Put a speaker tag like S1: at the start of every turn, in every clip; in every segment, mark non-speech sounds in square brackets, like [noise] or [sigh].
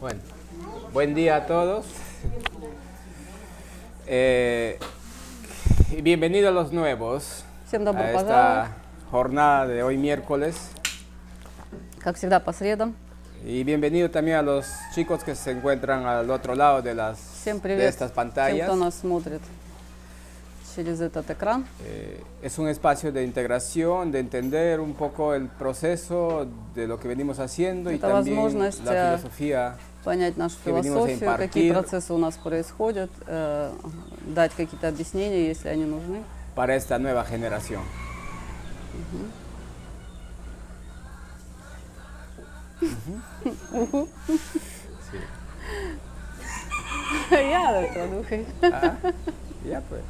S1: Bueno, buen día a todos. [laughs] Eh, y bienvenidos a los nuevos
S2: Всем добро
S1: a
S2: пожаловать.
S1: esta jornada de hoy miércoles.
S2: Как всегда, по средам.
S1: Y bienvenido también a los chicos que se encuentran al otro lado de, las,
S2: Всем
S1: de
S2: привет
S1: estas
S2: тем,
S1: pantallas.
S2: кто нас смотрит через этот экран.
S1: Eh, es un espacio de integración, de entender un poco el proceso de lo que venimos haciendo y
S2: Это
S1: también
S2: возможность,
S1: la
S2: э,
S1: filosofía.
S2: Понять нашу
S1: Ты вернулась
S2: философию,
S1: импортир.
S2: какие процессы у нас происходят, э, дать какие-то объяснения, если они нужны. [laughs]
S1: para esta nueva generación. Sí.
S2: Я это думаю.
S1: Ah, ya pues.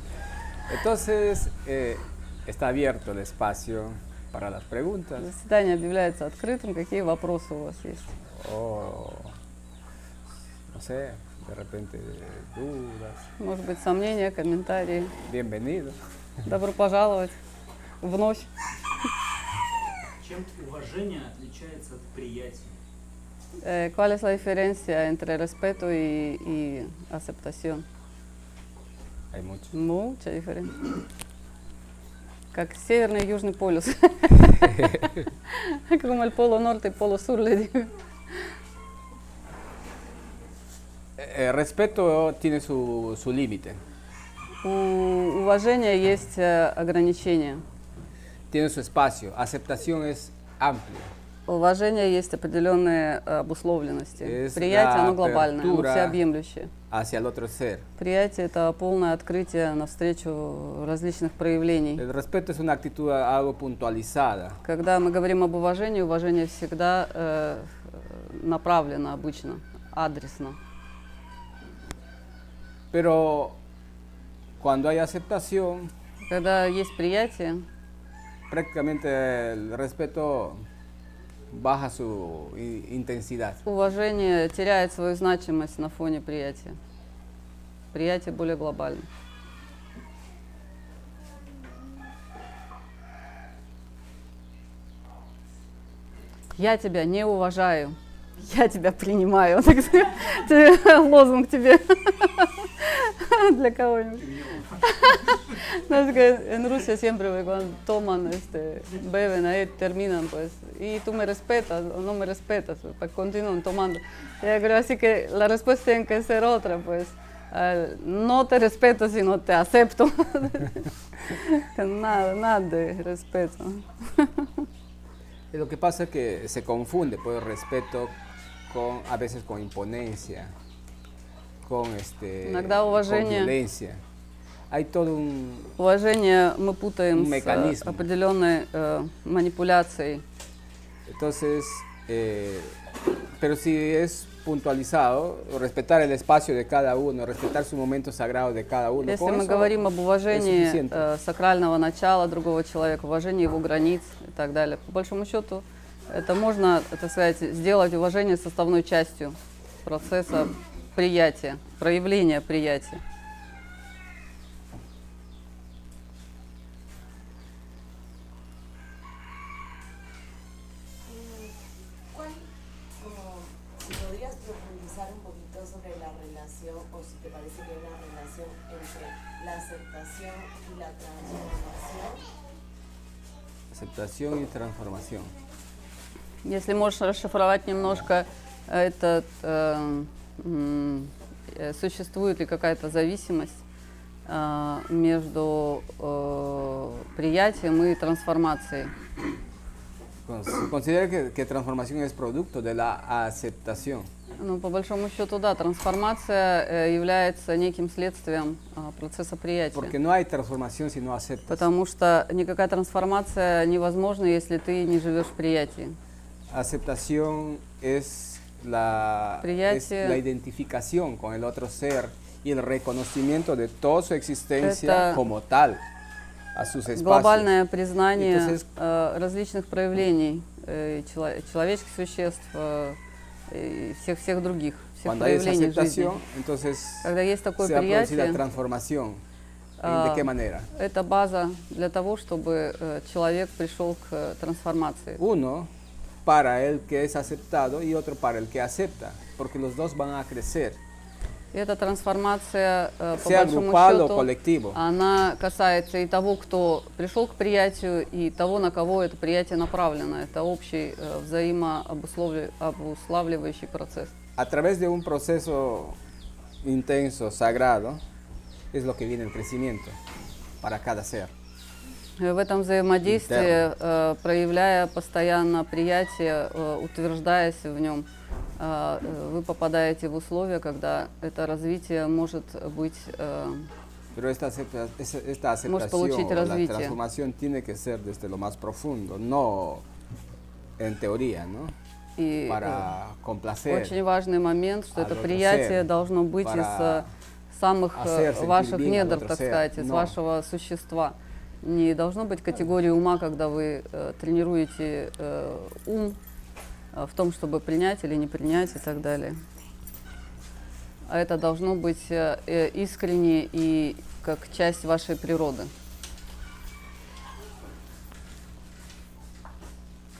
S1: Entonces, eh, está abierto el espacio para las preguntas.
S2: Заседание объявляется открытым. Какие вопросы у вас есть?
S1: O, no sé, de repente dudas.
S2: Может быть, сомнения, комментарии.
S1: Bienvenido.
S2: Добро пожаловать вновь.
S3: Чем уважение отличается от приятия?
S2: Eh, ¿Cuál es la diferencia entre respeto y, y aceptación?
S1: Hay mucho.
S2: Mucha diferencia. Ну, Как северный и южный
S1: [laughs]
S2: полюс. Como el polo norte y polo sur, le digo.
S1: Eh, eh, respeto tiene su, su límite,
S2: У уважения есть э, ограничения.
S1: tiene su espacio. Aceptación es amplio.
S2: У уважения есть определенные э, обусловленности.
S1: Есть,
S2: Приятие,
S1: да,
S2: оно глобальное, оно
S1: апертура.
S2: всеобъемлющее.
S1: hacia el otro ser.
S2: Приятие – это полное открытие навстречу различных проявлений.
S1: El respeto es una actitud a- algo puntualizada,
S2: Когда мы говорим об уважении, уважение всегда э, э, направлено обычно, адресно.
S1: pero cuando hay aceptación,
S2: Когда есть приятие,
S1: prácticamente el respeto baja su i- intensidad.
S2: Уважение теряет свою значимость на фоне приятия. Приятие более глобально. Я тебя не уважаю. Я тебя принимаю. [laughs] Так сказать, ты- лозунг тебе [laughs] для кого-нибудь. Надо сказать, en Rusia siempre me- cuando toman, este, beben, ahí terminan, pues, y tú me respetas o no me respetas, pues, continúan tomando. Ya creo así que la respuesta tiene que ser otra, pues, al, no te respeto, sino te acepto. [laughs] nada, nada de respeto.
S1: Y Lo que pasa es que se confunde pues, el respeto con, a veces con imponencia, con, este,
S2: Иногда
S1: con
S2: уважение.
S1: violencia. Hay todo un...
S2: Уважение мы путаем с
S1: Механизм.
S2: э, определенной э, манипуляцией.
S1: Entonces, eh, pero si es puntualizado, respetar el espacio de cada uno, respetar su momento sagrado de cada uno.
S2: Если
S1: con
S2: мы
S1: eso-
S2: говорим об уважении
S1: suficiente.
S2: э, сакрального начала другого человека, уважении его границ и так далее, по большому счету, это можно, так сказать, сделать уважение составной частью процесса приятия, проявления приятия.
S4: ¿Cuál, eh, si podrías profundizar un poquito sobre la relación, o si te parece que hay una relación entre la aceptación y la transformación?
S1: Aceptación y transformación.
S2: Если можешь расшифровать немножко этот, э, м, э, существует ли какая-то зависимость э, между э, приятием и трансформацией?
S1: Cons- Considera que, que transformación es producto de la aceptación.
S2: Ну, по большому счету, да, трансформация э, является неким следствием а, процесса приятия.
S1: Porque no hay transformación si no aceptas.
S2: Потому что никакая трансформация невозможна, если ты не живешь в приятии.
S1: Aceptación es la, es
S2: Priyatia.
S1: la identificación con el otro ser y el reconocimiento de toda su existencia
S2: Это
S1: como tal, a sus espacios.
S2: Глобальное признание
S1: И то есть-
S2: э, различных проявлений э, чело- человеческих существ э, и всех всех других, всех
S1: Cuando hay esa
S2: проявлений жизни.
S1: aceptación, entonces
S2: Когда есть такое
S1: se va a producir la
S2: приятие,
S1: transformación. ¿Y ¿De
S2: Ah.
S1: qué manera?
S2: это база для того, чтобы э, человек пришел к э, трансформации.
S1: Uno, para el que es aceptado y otro para el que acepta, porque los dos van a crecer,
S2: И эта трансформация, э, по
S1: sea
S2: большому
S1: grupal o
S2: счету,
S1: colectivo.
S2: она касается и того, кто пришел к приятию, и того, на кого это приятие направлено. Это общий э, взаимообуславливающий процесс.
S1: A través de un proceso intenso, sagrado, es lo que viene el crecimiento para cada ser.
S2: Э, В этом взаимодействии, э, проявляя постоянно приятие, э, утверждаясь в нем, э, э, вы попадаете в условия, когда это развитие может быть э,
S1: Pero esta, acepta- esa- esta
S2: Hemos
S1: aceptación,
S2: получить
S1: la
S2: развитие.
S1: transformación tiene que ser desde lo más profundo, no en teoría, ¿no?
S2: и э,
S1: Para complacer.
S2: очень важный момент, что
S1: а
S2: это
S1: вот
S2: приятие
S1: цель
S2: должно быть из э,
S1: пора А
S2: самых э,
S1: hacerse
S2: ваших
S1: entender
S2: недр,
S1: otro
S2: так
S1: ser,
S2: сказать, из
S1: но-
S2: вашего существа. Не должно быть категории ума, когда вы э, тренируете э, ум э, в том, чтобы принять или не принять и так далее. А это должно быть э, э, искренне и как часть вашей природы.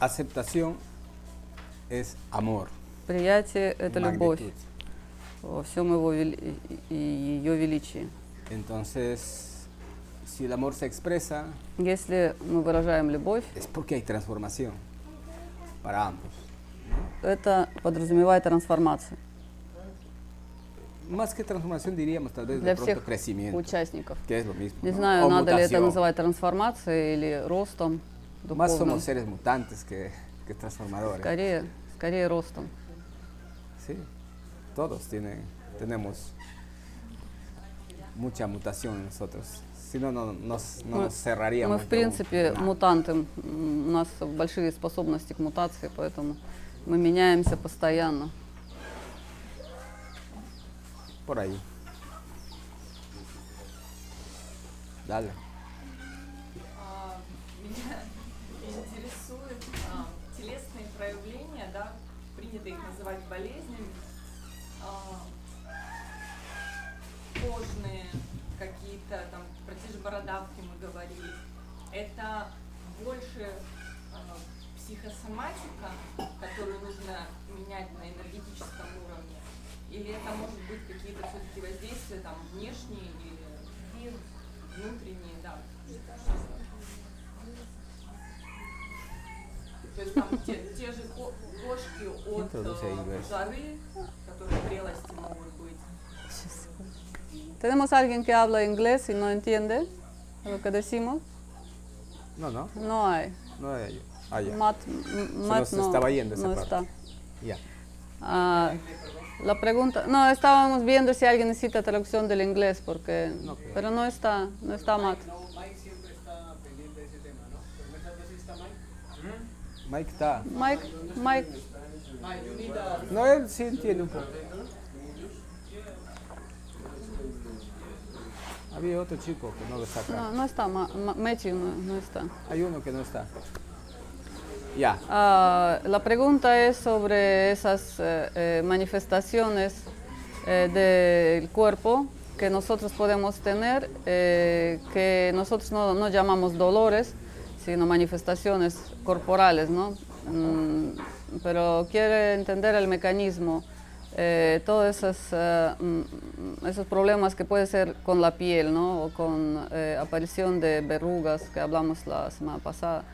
S1: Aceptación es amor.
S2: Приятие — это любовь
S1: magnitud.
S2: во всем его вели- и ее величии.
S1: Entonces, si el amor se expresa,
S2: Если мы выражаем любовь,
S1: es porque hay transformación para ambos.
S2: это подразумевает трансформацию
S1: Más que transformación diríamos tal vez
S2: для
S1: de
S2: всех
S1: pronto crecimiento,
S2: участников.
S1: que es lo mismo.
S2: Не
S1: ¿no?
S2: знаю,
S1: O
S2: надо ли это
S1: mutación.
S2: называть трансформацией или ростом
S1: Más
S2: духовным.
S1: somos seres mutantes que, que transformadores.
S2: Скорее, скорее ростом.
S1: Sí, todos tienen, tenemos mucha mutación en nosotros. Si no, no nos, no
S2: Мы-
S1: nos cerraríamos.
S2: Мы, в
S1: de un-
S2: принципе,
S1: nada.
S2: мутанты. М, У нас большие способности к мутации, поэтому мы меняемся постоянно.
S1: Por ahí. Dale.
S5: А, Меня интересуют а, телесные проявления, да, принято их называть болезнями, А, кожные какие-то, там, про те же бородавки мы говорили. Это больше а, психосоматика, которую нужно менять на энергетическом уровне, или это может быть какие-то все-таки воздействия там внешние или внутренние, да. То есть там те, те же ко- кошки от
S1: Introduce ahí,
S5: э,
S1: ves.
S5: жары, которые прелости могут быть.
S2: Tenemos alguien que habla inglés y no entiende lo que decimos.
S1: No, no,
S2: No hay.
S1: no era yo. Ah, ya.
S2: Mat, Mat
S1: nos
S2: no,
S1: estaba yendo esa
S2: no
S1: parte.
S2: está.
S1: Ya.
S2: Ah, la pregunta, no, estábamos viendo si alguien necesita traducción del inglés, porque, pero no está, no está Matt.
S1: Mike está.
S2: Mike, Mike,
S1: No, él sí entiende un poco. Había otro chico que no lo saca.
S2: no, no está, Ma- Ma- Matthew no, no está.
S1: Hay uno que no está. Ya.
S2: Ah, la pregunta es sobre esas eh, eh, manifestaciones eh, del cuerpo que nosotros podemos tener, eh, que nosotros no, no llamamos dolores, sino manifestaciones corporales, ¿no? Mm, pero quiere entender el mecanismo, eh, todos esos, eh, mm, esos problemas que puede ser con la piel, ¿no? O con eh, aparición de verrugas que hablamos la semana pasada.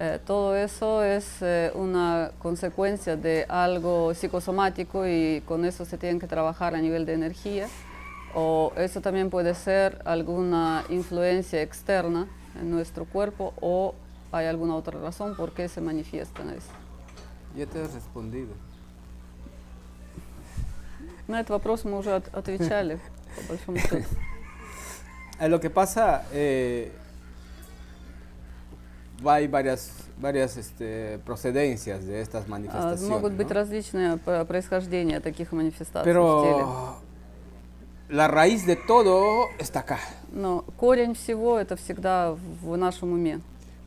S2: Eh, todo eso es eh, una consecuencia de algo psicosomático y con eso se tienen que trabajar a nivel de energía. O eso también puede ser alguna influencia externa en nuestro cuerpo o hay alguna otra razón por qué se manifiestan eso.
S1: Yo te he respondido.
S2: На этот вопрос мы уже от- отвечали, по большому счету.
S1: Eh, lo que pasa, eh, hay varias, varias este, procedencias de estas
S2: А,
S1: manifestaciones.
S2: Могут быть
S1: ¿no?
S2: различные про- происхождения таких манифестаций в теле.
S1: Pero la raíz de todo está acá,
S2: Но корень всего это всегда в в нашем уме.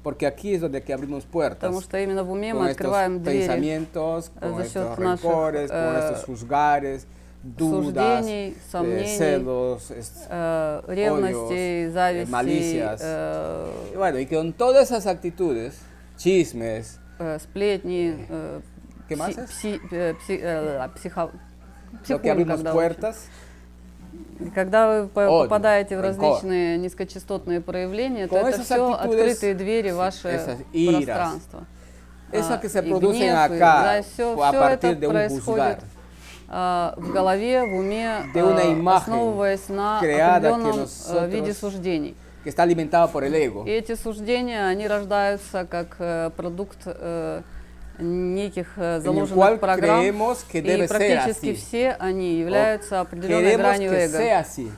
S1: porque aquí es donde que abrimos
S2: Потому
S1: puertas.
S2: что именно в уме
S1: Con
S2: мы
S1: estos
S2: открываем двери
S1: pensamientos,
S2: э,
S1: con
S2: за счет
S1: estos
S2: наших,
S1: rencores, con
S2: э,
S1: estos juzgares, dudas,
S2: суждений,
S1: eh,
S2: сомнений,
S1: celos, es-
S2: э, ревности,
S1: odios,
S2: зависти,
S1: malicias.
S2: э,
S1: Bueno, y con todas esas actitudes, chismes,
S2: э, сплетни, э,
S1: ¿Qué más
S2: пси-
S1: es?
S2: пси- э, пси- э, а, психо-
S1: Lo que
S2: психолог,
S1: abrimos
S2: когда
S1: puertas.
S2: учишь. Когда вы по-
S1: О,
S2: попадаете в
S1: конько.
S2: различные низкочастотные проявления, то
S1: Con
S2: это
S1: esas
S2: все
S1: actitudes,
S2: открытые двери в ваше
S1: esas iras,
S2: пространство.
S1: Esas
S2: А,
S1: que se
S2: и
S1: producen
S2: гнев, и-
S1: acá,
S2: да, всё-
S1: а a
S2: всё
S1: partir
S2: это
S1: de um un
S2: происходит
S1: juzgar.
S2: а, в голове, в уме,
S1: De una
S2: а,
S1: imagen
S2: основываясь на
S1: creada que
S2: определенном а, виде
S1: nosotros-
S2: суждений.
S1: que está alimentado por el ego.
S2: И эти суждения, они рождаются как э, продукт э, неких э,
S1: en el
S2: заложенных
S1: cual
S2: программ,
S1: creemos que
S2: и
S1: debe ser
S2: практически
S1: así.
S2: все они являются определенной
S1: Queremos
S2: гранью
S1: que
S2: эго.
S1: sea así.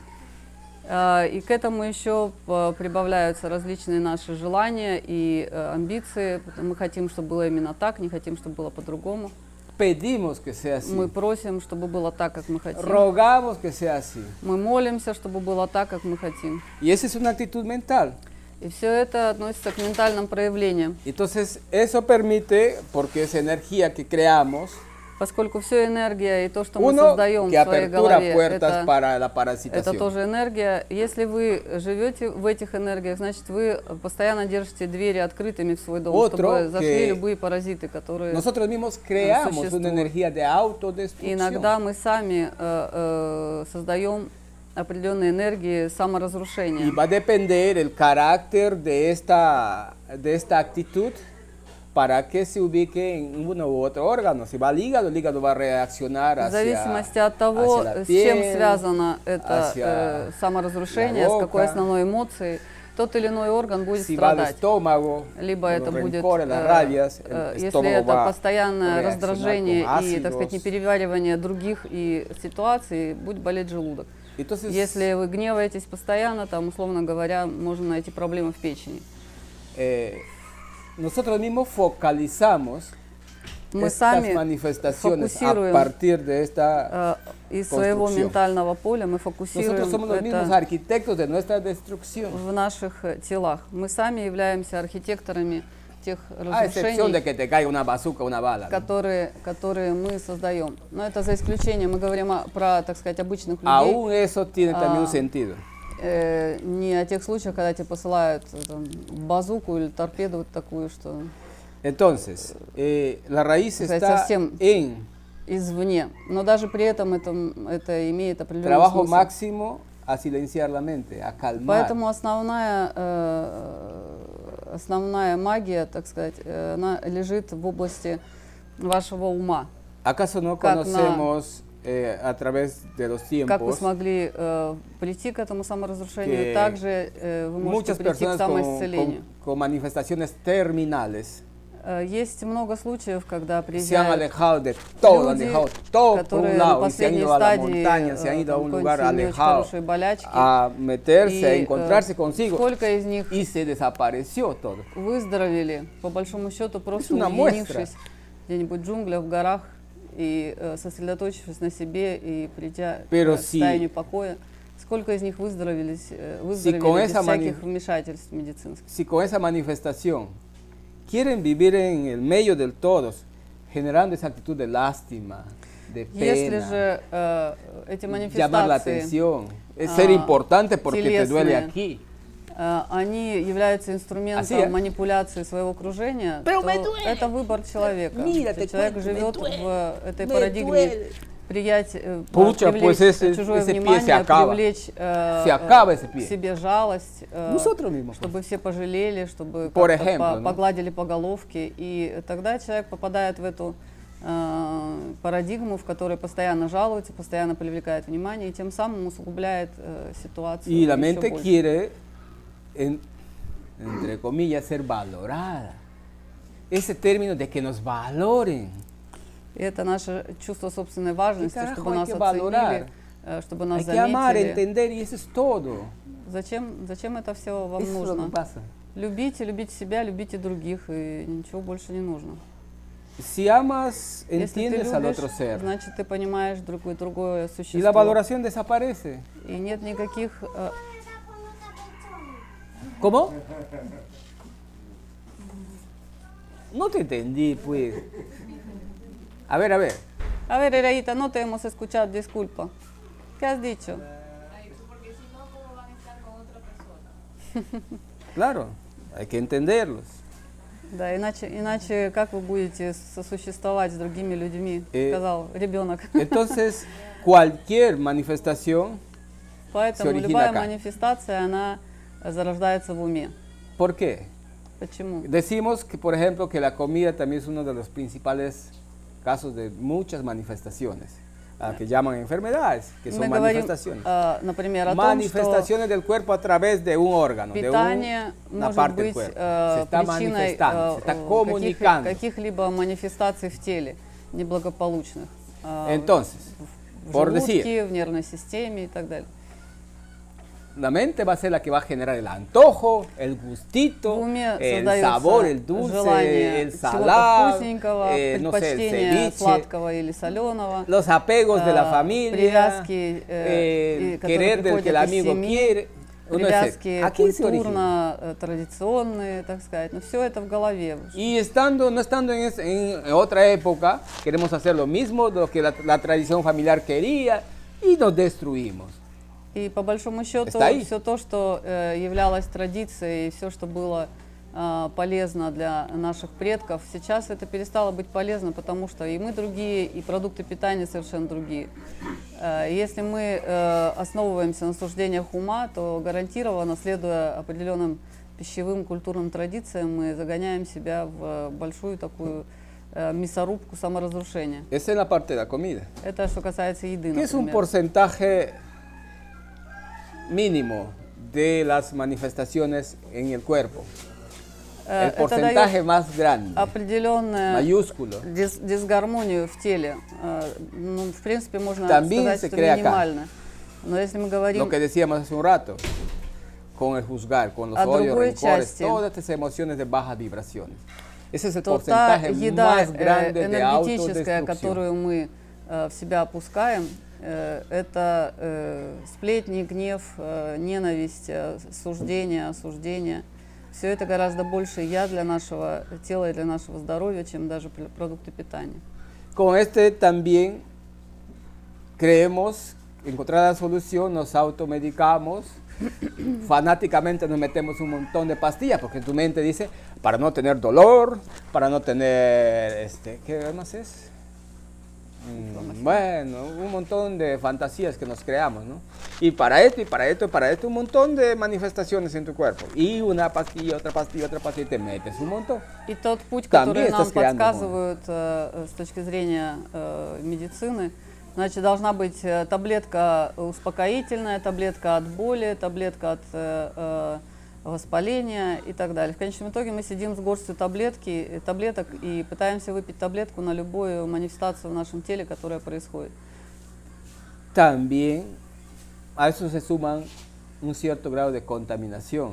S2: А, И к этому еще п- прибавляются различные наши желания и э, амбиции. Мы хотим, чтобы было именно так, не хотим, чтобы было по-другому.
S1: Pedimos que sea así.
S2: Мы просим, чтобы было так, как мы хотим.
S1: Rogamos que sea así.
S2: Мы молимся, чтобы было так, как мы хотим.
S1: Y esa es una actitud mental.
S2: И все это относится к ментальным проявлениям.
S1: Entonces, eso permite, porque esa energía que creamos,
S2: Поскольку все энергия и то, что мы
S1: uno,
S2: создаем в
S1: que
S2: своей
S1: apertura
S2: голове,
S1: puertas
S2: это,
S1: para la
S2: это
S1: parasitación.
S2: тоже энергия. Если вы живете в этich энергиях, значит вы постоянно держите двери открытыми в свой дом,
S1: Otro
S2: чтобы зашли
S1: que
S2: любые паразиты, которые...
S1: Nosotros mismos creamos
S2: Существует.
S1: una energía de
S2: И иногда
S1: autodestrucción.
S2: мы сами э, э, создаем определенные энергии
S1: Y
S2: саморазрушения.
S1: va a depender el carácter de esta, de esta actitud para que se ubique en uno u otro órgano. Si va al hígado, el hígado va a reaccionar
S2: В
S1: hacia,
S2: зависимости от того,
S1: hacia la
S2: с чем
S1: piel,
S2: связано это
S1: hacia
S2: э, саморазрушение,
S1: la
S2: с какой
S1: boca.
S2: основной эмоцией, тот или иной орган будет
S1: si va al
S2: страдать.
S1: estómago,
S2: либо
S1: los
S2: это будет,
S1: rencores, las
S2: э,
S1: rabias, el
S2: э, если
S1: estómago va
S2: это
S1: a
S2: постоянное
S1: reaccionar con
S2: раздражение и, так сказать,
S1: ácidos.
S2: непереваривание других и ситуаций, будет болеть желудок.
S1: Entonces,
S2: Если вы гневаетесь постоянно, там, условно говоря, можно найти проблемы в печени.
S1: eh, nosotros mismos focalizamos
S2: Мы
S1: estas
S2: сами
S1: manifestaciones a
S2: focusirujem,
S1: partir de esta...
S2: э, из своего
S1: construcción.
S2: ментального поля мы
S1: Nosotros
S2: фокусируем
S1: somos los mismos
S2: это
S1: arquitectos de nuestra destrucción,
S2: в наших э, телах. Мы сами являемся архитекторами тех
S1: a excepción de
S2: разрушений,
S1: que te caiga una bazooka, una bala. ¿no?
S2: которые, которые мы создаем. Но это за исключением. Мы говорим о- про, так сказать, обычных людей.
S1: Aún eso tiene también un
S2: Ah.
S1: sentido.
S2: Э, не о тех случаях, когда тебе посылают э, там, базуку или торпеду вот такую, что
S1: Entonces, eh, la raíz
S2: O sea,
S1: está
S2: совсем-
S1: en
S2: извне. Но даже при этом это, м- это имеет определенный
S1: trabajo
S2: смысл.
S1: máximo a silenciar la mente, a calmar.
S2: Поэтому основная, э, основная магия, так сказать, э, она лежит в области вашего ума.
S1: ¿Acaso no
S2: Как на-
S1: conocemos eh, a través de los
S2: Как вы
S1: tiempos
S2: смогли э, прийти к этому саморазрушению,
S1: Э,
S2: также э, вы можете
S1: muchas
S2: прийти к
S1: personas con,
S2: самоисцелению.
S1: con- con manifestaciones terminales
S2: Э, Есть много случаев, когда
S1: se han
S2: приезжают
S1: alejado de todo, han
S2: люди,
S1: dejado todo por
S2: которые
S1: un
S2: на
S1: lado y se han
S2: последней
S1: ido a la
S2: стадии
S1: montaña, se han
S2: э,
S1: ido a
S2: там
S1: un lugar
S2: какой-нибудь не очень
S1: alejado
S2: хорошей болячки.
S1: a meterse, a
S2: А, И, э,
S1: encontrarse consigo
S2: Сколько из них
S1: y se desapareció todo.
S2: выздоровели, по большому счету, просто
S1: una
S2: уединившись где-нибудь в джунглях, в горах и э, сосредоточившись на себе и придя
S1: Pero
S2: к
S1: si-
S2: состоянию покоя. Сколько из них выздоровелись, э,
S1: con
S2: выздоровели без
S1: esa mani-
S2: всяких вмешательств медицинских?
S1: Si con esa manifestación quieren vivir en el medio del todos, generando esa actitud de lástima, de
S2: Если
S1: pena,
S2: же э, эти
S1: llamar la
S2: манифестации,
S1: atención, es ser
S2: ah,
S1: importante porque te duele
S2: телесные.
S1: aquí.
S2: э, они являются инструментом
S1: Así es.
S2: манипуляции своего окружения,
S6: Pero me
S2: то
S6: duele.
S2: это выбор человека.
S6: Mira, te
S2: Если человек
S6: cuento, me
S2: живет
S6: duele.
S2: в э, этой
S6: Me
S2: парадигме
S6: duele.
S2: приять, э,
S1: Pucha,
S2: привлечь
S1: pues ese-
S2: чужое
S1: ese pie se
S2: внимание,
S1: acaba.
S2: привлечь э,
S1: Se
S2: э,
S1: acaba ese
S2: к
S1: pie.
S2: себе жалость, э,
S1: Nosotros mismos.
S2: чтобы все пожалели, чтобы
S1: Por
S2: как-то
S1: ejemplo,
S2: по-
S1: ¿no?
S2: погладили по головке. И тогда человек попадает в эту э, парадигму, в которой постоянно жалуется, постоянно привлекает внимание, и тем самым усугубляет э, ситуацию.
S1: Y la
S2: ещё
S1: mente
S2: больше.
S1: quiere, en- entre comillas, ser valorada. Ese término de que nos valoren.
S2: И это наше чувство собственной важности,
S1: carajo
S2: чтобы
S1: hay
S2: нас
S1: que valorar?
S2: оценили, э, чтобы нас
S1: Hay que amar,
S2: заметили.
S1: entender y eso es todo.
S2: Зачем, зачем это все вам
S1: Eso es lo que
S2: нужно?
S1: pasa.
S2: Любите, любите себя, любите других, и ничего больше не нужно.
S1: Si amas,
S2: Если ты
S1: entiendes al otro
S2: любишь,
S1: ser.
S2: значит, ты понимаешь другое, другое
S1: Y la
S2: существо.
S1: valoración desaparece.
S2: И нет никаких... э,
S1: ¿Cómo? No te entendí, pues. A ver, a ver.
S2: A ver, Iraíta, no te hemos escuchado, disculpa. ¿Qué has dicho?
S1: Claro, hay que entenderlos.
S2: Да, иначе, иначе как вы будете сосуществовать с другими людьми,
S1: Э,
S2: сказал ребенок.
S1: Entonces, cualquier manifestación,
S2: Поэтому
S1: оригина
S2: любая
S1: ка.
S2: манифестация, она зарождается в уме.
S1: ¿por qué?
S2: Почему?
S1: Decimos que, por ejemplo, que la comida también es uno de los principales casos de muchas manifestaciones, ah, que llaman enfermedades, que
S2: Мы
S1: son
S2: говорим,
S1: manifestaciones.
S2: э, например, о том, что
S1: manifestaciones del cuerpo a través de un órgano, de un-
S2: питание
S1: una ah,
S2: может
S1: parte del
S2: быть
S1: cuerpo.
S2: э,
S1: se está
S2: причиной
S1: manifestando, se
S2: э,
S1: está
S2: э, каких-
S1: comunicando.
S2: каких-либо манифестаций в теле неблагополучных.
S1: ah,
S2: э,
S1: Entonces,
S2: в
S1: por decir,
S2: желудке, в нервной системе и так далее.
S1: la mente va a ser la que va a generar el antojo, el
S2: В
S1: gustito,
S2: уме
S1: el
S2: создается
S1: sabor, el dulce,
S2: желание
S1: el
S2: чего-то
S1: salado,
S2: вкусненького,
S1: eh, no sé, el
S2: предпочтение
S1: ceviche,
S2: сладкого или соленого.
S1: los apegos de la
S2: Ah,
S1: familia,
S2: привязки,
S1: eh,
S2: eh, y- которые
S1: querer del que el
S2: приходят из
S1: amigo
S2: семьи,
S1: quiere. Uno "Ah, es ex-
S2: Привязки
S1: aquí se origina.
S2: культурно-традиционные, э, так сказать. Но все это в голове.
S1: Y estando, no estando en, es- en otra época, queremos hacer lo mismo, lo que la, la tradición familiar quería, y nos destruimos.
S2: И по большому счету
S1: Está ahí.
S2: все то, что э, являлось традицией, и все, что было э, полезно для наших предков, сейчас это перестало быть полезно, потому что и мы другие, и продукты питания совершенно другие. Э, если мы э, основываемся на суждениях ума, то гарантированно, следуя определенным пищевым культурным традициям, мы загоняем себя в э, большую такую э, мясорубку саморазрушения.
S1: Esa es la parte de la comida.
S2: Это что касается еды,
S1: que es un
S2: например.
S1: porcentaje mínimo de las manifestaciones en el cuerpo.
S2: Э,
S1: El
S2: это даёт-
S1: porcentaje más grande,
S2: определенную
S1: mayúsculo.
S2: дис- дисгармонию в теле. Э, Ну, в принципе, можно
S1: También
S2: сказать,
S1: se
S2: что
S1: crea acá.
S2: минимально. Но если мы говорим
S1: Lo que decíamos hace un rato, con el juzgar, con los
S2: А
S1: odios,
S2: другой
S1: rencores,
S2: части.
S1: todas estas emociones de bajas vibraciones. Ese es el
S2: то та
S1: porcentaje
S2: еда
S1: más
S2: э,
S1: grande de
S2: энергетическая,
S1: autodestrucción.
S2: которую мы э, в себя опускаем, э, это э, сплетни, гнев, э, ненависть, э, суждение, осуждение. Все это гораздо больше я для нашего тела и для нашего здоровья, чем даже пр- продукты питания.
S1: Con este también creemos encontrar la solución, nos automedicamos, [coughs] fanáticamente nos metemos un montón de pastillas, porque tu mente dice, para no tener dolor, para no tener, este, ¿qué más es? Mm, Bueno, un montón de fantasías que nos creamos, ¿no? Y para esto, y para esto, y para esto, un montón de manifestaciones en tu cuerpo. Y una pastilla, otra pastilla, otra pastilla, y te metes un montón.
S2: И тот путь,
S1: Там
S2: который
S1: есть
S2: нам
S1: эскриандумы.
S2: подсказывают э, э, с точки зрения э, медицины, значит, должна быть э, таблетка успокоительная, таблетка от боли, таблетка от э, э, воспаления и так далее. В конечном итоге мы сидим с горстью таблетки, э, таблеток и пытаемся выпить таблетку на любую манифестацию в нашем теле, которая происходит.
S1: También a eso se suman un cierto grado de contaminación.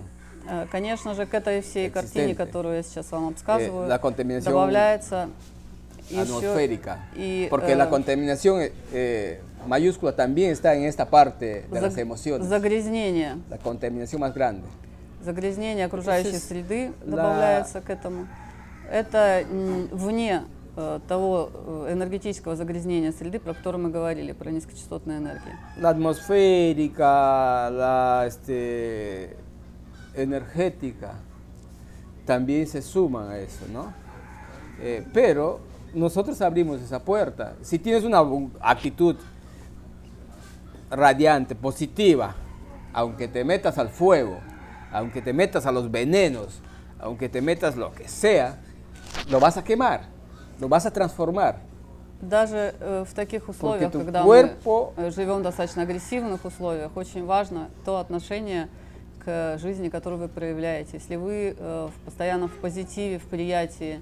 S2: Э, Конечно же, к этой всей
S1: Экзистенты.
S2: картине, которую я сейчас вам
S1: Eh, la
S2: обсказываю,
S1: contaminación
S2: добавляется еще
S1: atmosférica.
S2: y,
S1: porque la
S2: eh,
S1: contaminación eh, eh, mayúscula también está en esta parte de las
S2: заг-
S1: emociones.
S2: загрязнение.
S1: La contaminación más grande.
S2: Загрязнение окружающей
S1: Entonces,
S2: среды
S1: la-
S2: добавляется к этому. Это м, вне э, того э, энергетического загрязнения среды, про которое мы говорили, про низкочастотные энергии.
S1: La atmosférica, la este, energética, también se suman a eso, ¿no? Eh, pero nosotros abrimos esa puerta. Si tienes una bu- actitud radiante, positiva, aunque te metas al fuego, aunque te metas a los venenos, aunque te metas lo que sea, lo vas a quemar, lo vas a transformar.
S2: Даже э, в таких условиях,
S1: тут
S2: когда
S1: cuerpo-
S2: мы э, живем в достаточно агрессивных условиях, очень важно то отношение к жизни, которую вы проявляете. Если вы э, в- постоянно в позитиве, в приятии,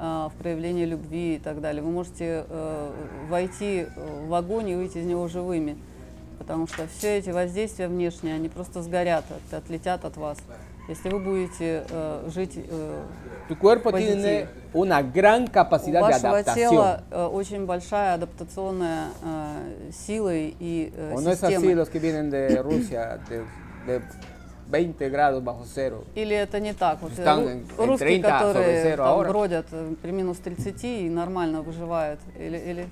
S2: э, в проявлении любви и так далее, вы можете э, войти э, в огонь и выйти из него живыми, потому что все эти воздействия внешние, они просто сгорят, от- отлетят от вас. Если вы будете э, жить э,
S1: Tu cuerpo
S2: Positivo.
S1: tiene una gran
S2: у
S1: capacidad de
S2: вашего
S1: adaptación.
S2: тела э, очень большая адаптационная э, сила и э,
S1: ¿O no es así
S2: система.
S1: los que vienen de Rusia, de, de 20 grados bajo cero?
S2: Или это не так? Вот, э,
S1: Там
S2: ру-
S1: en
S2: русские,
S1: 30,
S2: которые
S1: 40
S2: там
S1: ahora.
S2: бродят э, при минус 30 и нормально выживают. Или... или...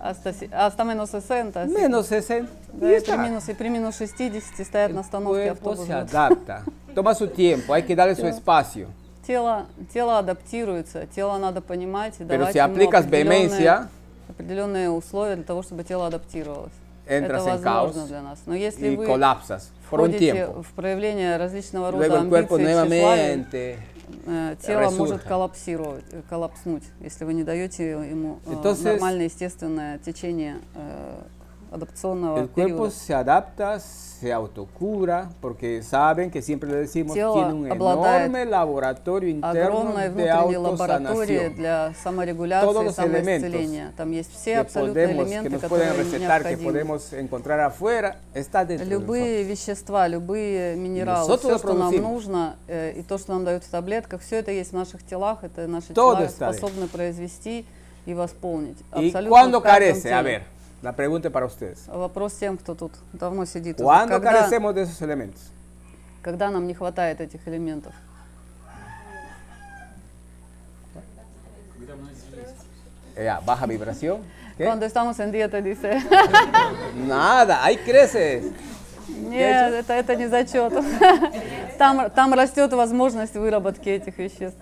S2: а, Hasta, si- hasta menos 60.
S1: Menos 60.
S2: Да,
S1: Y
S2: и, при
S1: está.
S2: минус, и при минус 60 стоят
S1: El
S2: на остановке
S1: cuerpo se
S2: автобуса.
S1: adapta. Toma su tiempo, hay que darle su espacio.
S2: тело, тело адаптируется, тело надо понимать и
S1: Pero
S2: давать
S1: si
S2: ему
S1: aplicas
S2: определенные-
S1: vehemencia,
S2: определенные условия для того, чтобы тело адаптировалось.
S1: entras
S2: Это
S1: en
S2: возможно
S1: caos
S2: для нас. Но если
S1: y
S2: вы
S1: colapsas por un
S2: входите
S1: tiempo.
S2: в проявление различного рода
S1: Luego el cuerpo
S2: амбиций, тщеславия,
S1: nuevamente.
S2: э, тело может
S1: resurge.
S2: коллапсировать, э, коллапснуть, если вы не даете ему э,
S1: Entonces-
S2: нормальное естественное течение э, адаптационного
S1: El cuerpo
S2: периода.
S1: se adapta, se autocura, porque saben que siempre le decimos
S2: Тело
S1: tiene un
S2: обладает
S1: enorme laboratorio interno
S2: Огромная
S1: de
S2: внутренняя лаборатория
S1: autosanación.
S2: для саморегуляции и
S1: Todos los
S2: самоисцеления. Там есть все
S1: que
S2: абсолютные
S1: podemos, que
S2: элементы,
S1: nos pueden
S2: которые
S1: recetar, que
S2: необходимы.
S1: podemos encontrar afuera, está dentro de nosotros.
S2: Любые вещества, любые минералы,
S1: Nosotros
S2: все, что нам
S1: producimos.
S2: нужно, э, и то, что нам дают в таблетках, все это есть в наших телах, это наши
S1: Todo
S2: тела
S1: está ahí.
S2: способны произвести и восполнить.
S1: ¿Y
S2: Абсолютно
S1: cuándo
S2: в каждом
S1: carece? A
S2: теле.
S1: ver, la pregunta para ustedes.
S2: Вопрос тем, кто тут давно сидит.
S1: ¿Cuándo
S2: Когда,
S1: carecemos de esos elementos?
S2: когда нам не хватает этих элементов?
S3: Когда у нас есть
S1: Eh, baja vibración. ¿qué?
S2: Cuando estamos en dieta, dice.
S1: Nada, ahí creces.
S2: Нет, это, это не зачет. [laughs] Там, там растет возможность выработки этих веществ.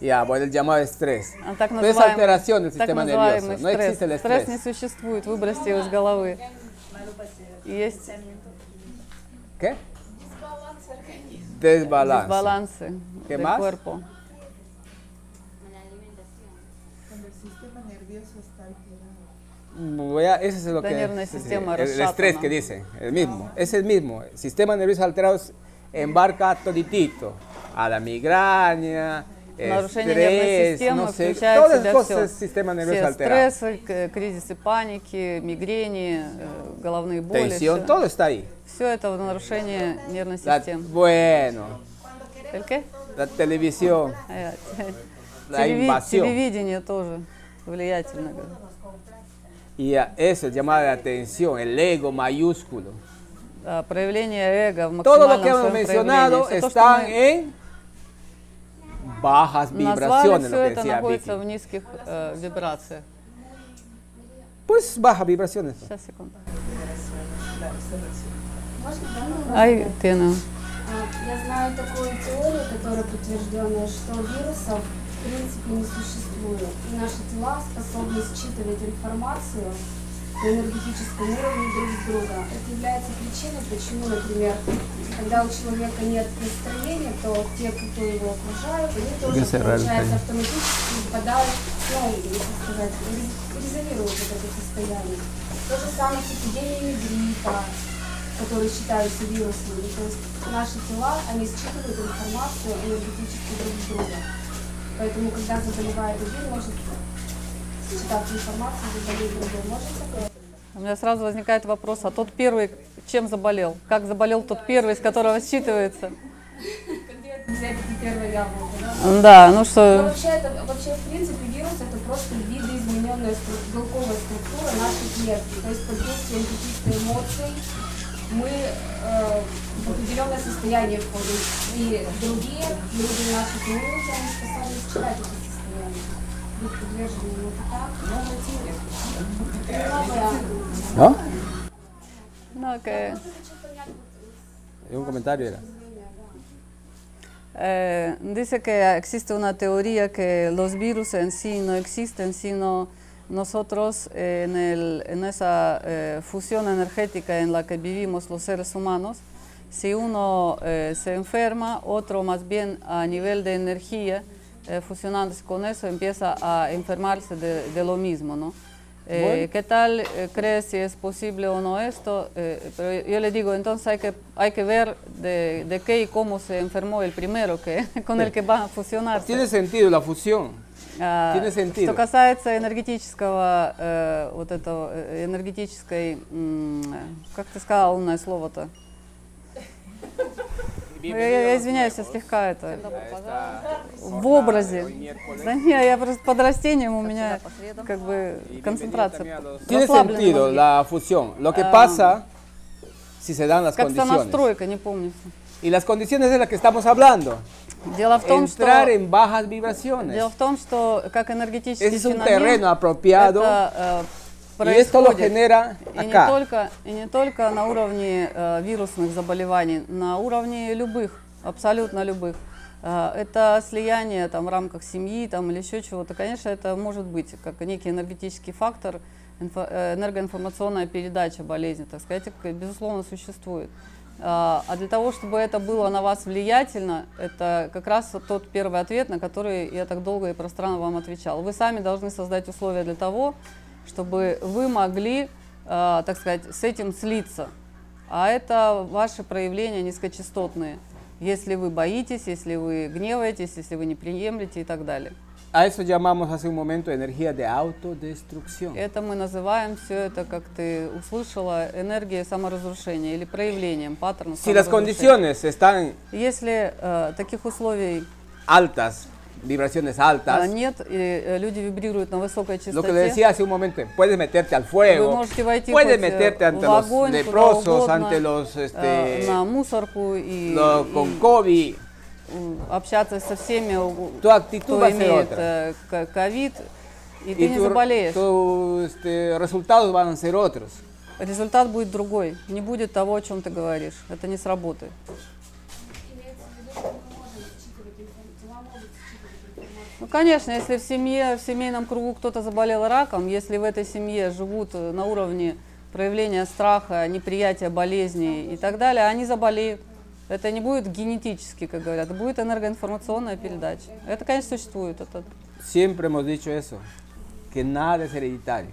S1: Ya, bueno, el llamado estrés.
S2: А Так
S1: Entonces,
S2: называемый,
S1: alteración del
S2: так
S1: sistema nervioso.
S2: называемый
S1: No
S2: стресс.
S1: existe el
S2: Стресс не
S1: estrés.
S2: существует, выбросьте его из головы. Есть
S1: ¿Qué? Desbalance.
S2: балансы
S1: ¿Qué
S2: del
S1: más?
S2: cuerpo.
S6: Cuando el sistema nervioso está alterado.
S1: Voy a- ese es lo
S2: La
S1: que
S2: nerviosa
S1: sí, sí,
S2: sistema
S1: el, el
S2: reshatana.
S1: estrés que dice, el mismo, es el mismo. El sistema nervioso alterado es- embarca toditito, a la migraña,
S2: Нарушение нервной
S1: estrés,
S2: системы
S1: no sé,
S2: включает
S1: todas
S2: в
S1: las
S2: себя
S1: cosas
S2: все.
S1: es sistema nervioso
S2: Все
S1: alterado.
S2: стрессы, к- кризисы паники, мигрени, э, головные боли.
S1: Tensión,
S2: Все,
S1: todo está ahí.
S2: это в нарушении нервной
S1: La-
S2: системы.
S1: bueno,
S2: Только?
S1: la televisión,
S2: Э,
S1: la
S2: телеви-
S1: invasión.
S2: Телевидение тоже влиятельно. говорю.
S1: Y a- eso es llamada la atención, el ego mayúsculo.
S2: А, Проявление эго в
S1: Todo
S2: максимальном
S1: lo que hemos
S2: своем проявлении.
S1: mencionado
S2: Всё то, что
S1: están
S2: мы
S1: en bajas
S2: назвали,
S1: vibraciones, lo
S2: все
S1: que
S2: это
S1: decía
S2: находится
S1: Vicky.
S2: в низких э, вибрациях.
S1: Pues bajas vibraciones.
S2: Сейчас, секунду. Ай, ты, ну.
S7: А, Я знаю такую теорию, которая подтвержденная, что вирусов в принципе не существует. И наши тела способны считывать информацию на энергетическом уровне друг с друга. Это является причиной, почему, например, когда у человека нет настроения, то те, кто его окружают, они тоже,
S1: Гасераль,
S7: получается,
S1: конечно.
S7: автоматически впадают, ну, как сказать, рез- резонируют вот это состояние. То же самое с эпидемиями гриппа, которые считаются вирусными. То есть наши тела, они считывают информацию энергетически друг с друга. Поэтому, когда заболевает один, может считаться информацию, заболеть другой. Может такое?
S2: У меня сразу возникает вопрос, а тот первый чем заболел? Как заболел тот первый, с которого считывается?
S7: Взять это первое яблоко, да?
S2: Да, ну
S7: Ну,
S2: что,
S7: вообще, это, вообще, в принципе, вирус это просто видоизмененная стру- белковая структура нашей клетки. То есть под действием каких-то эмоций мы э, в определенное состояние входим. И другие люди наших иммунитета, они способны считать это состояние. Быть подверженными это так, но
S1: ¿No?
S2: ну, окей.
S1: Un comentario era.
S2: Eh, dice que existe una teoría que los virus en sí no existen, sino nosotros eh, en, el- en esa eh, fusión energética en la que vivimos los seres humanos, si uno eh, se enferma, otro más bien a nivel de energía, eh, fusionándose con eso, empieza a enfermarse de, de lo mismo, ¿no? Eh,
S1: Bueno.
S2: ¿Qué tal eh, crees si es posible o no esto? Eh, pero yo le digo, entonces hay que, hay que ver de, de qué y cómo se enfermó el primero que, [laughs] con el que va a fusionarse.
S1: Tiene sentido la fusión.
S2: А,
S1: tiene sentido.
S2: Что касается энергетического, э, вот этого, э, энергетической, м, э, как ты сказал умное слово-то? Ну, Я, я извиняюсь, я слегка это, э, в образе. [laughs] Да не, я просто под растением у меня как бы концентрация
S1: Tiene
S2: расслаблены
S1: sentido
S2: мозги.
S1: la fusión. Lo que
S2: Ah.
S1: pasa si se dan las
S2: Как-то
S1: condiciones.
S2: настройка, не помню.
S1: Y las condiciones de las que estamos hablando.
S2: Дело в том, что
S1: Entrar en bajas
S2: дело
S1: vibraciones.
S2: в том, что как энергетический
S1: Ese es un terreno
S2: феномен
S1: apropiado.
S2: это, э,
S1: Y esto lo
S2: происходит.
S1: genera
S2: И не,
S1: acá.
S2: только, и не только на уровне э, вирусных заболеваний, на уровне любых, абсолютно любых. э, это слияние там, в рамках семьи там, или еще чего-то, конечно, это может быть как некий энергетический фактор, инфо- э, энергоинформационная передача болезни, так сказать, э, безусловно, существует. А а для того, чтобы это было на вас влиятельно, это как раз вот тот первый ответ, на который я так долго и пространно вам отвечала. Вы сами должны создать условия для того, чтобы вы могли, э, так сказать, с этим слиться. А это ваши проявления низкочастотные. Если вы боитесь, если вы гневаетесь, если вы не приемлете и так далее.
S1: A eso llamamos hace un momento energía de autodestrucción.
S2: Это мы называем все это, как ты услышала, энергией саморазрушения или проявлением паттерна
S1: Si las
S2: саморазрушения.
S1: condiciones están
S2: Если э, таких условий
S1: altas, vibraciones
S2: э,
S1: altas,
S2: нет, и э, люди вibрируют на высокой частоте,
S1: lo que le decía hace un momento, puedes meterte al
S2: Вы
S1: fuego,
S2: можете войти
S1: puedes
S2: хоть, э,
S1: meterte ante
S2: в
S1: los
S2: огонь, куда
S1: leprosos,
S2: угодно,
S1: ante los,
S2: э,
S1: este,
S2: на мусорку и,
S1: los-
S2: и,
S1: con COVID.
S2: м, общаться со всеми, у-
S1: Tu actitud
S2: кто
S1: va a ser
S2: имеет
S1: otra.
S2: э, к- ковид, и, ты
S1: Y
S2: не
S1: tu-
S2: заболеешь.
S1: tus este, resultados van a ser otros.
S2: Результат будет другой. Не будет того, о чем ты говоришь. Это не сработает.
S7: Имеется в виду, что мы можем считывать информацию, тела могут считывать информацию.
S2: Ну, конечно, если в семье, в семейном кругу кто-то заболел раком, если в этой семье живут э, на уровне проявления страха, неприятия болезни и так далее, они заболеют. Это не будет генетически, как говорят, будет энергоинформационная передача. Это, конечно, существует. Это...
S1: Siempre hemos dicho eso, que nada es hereditario.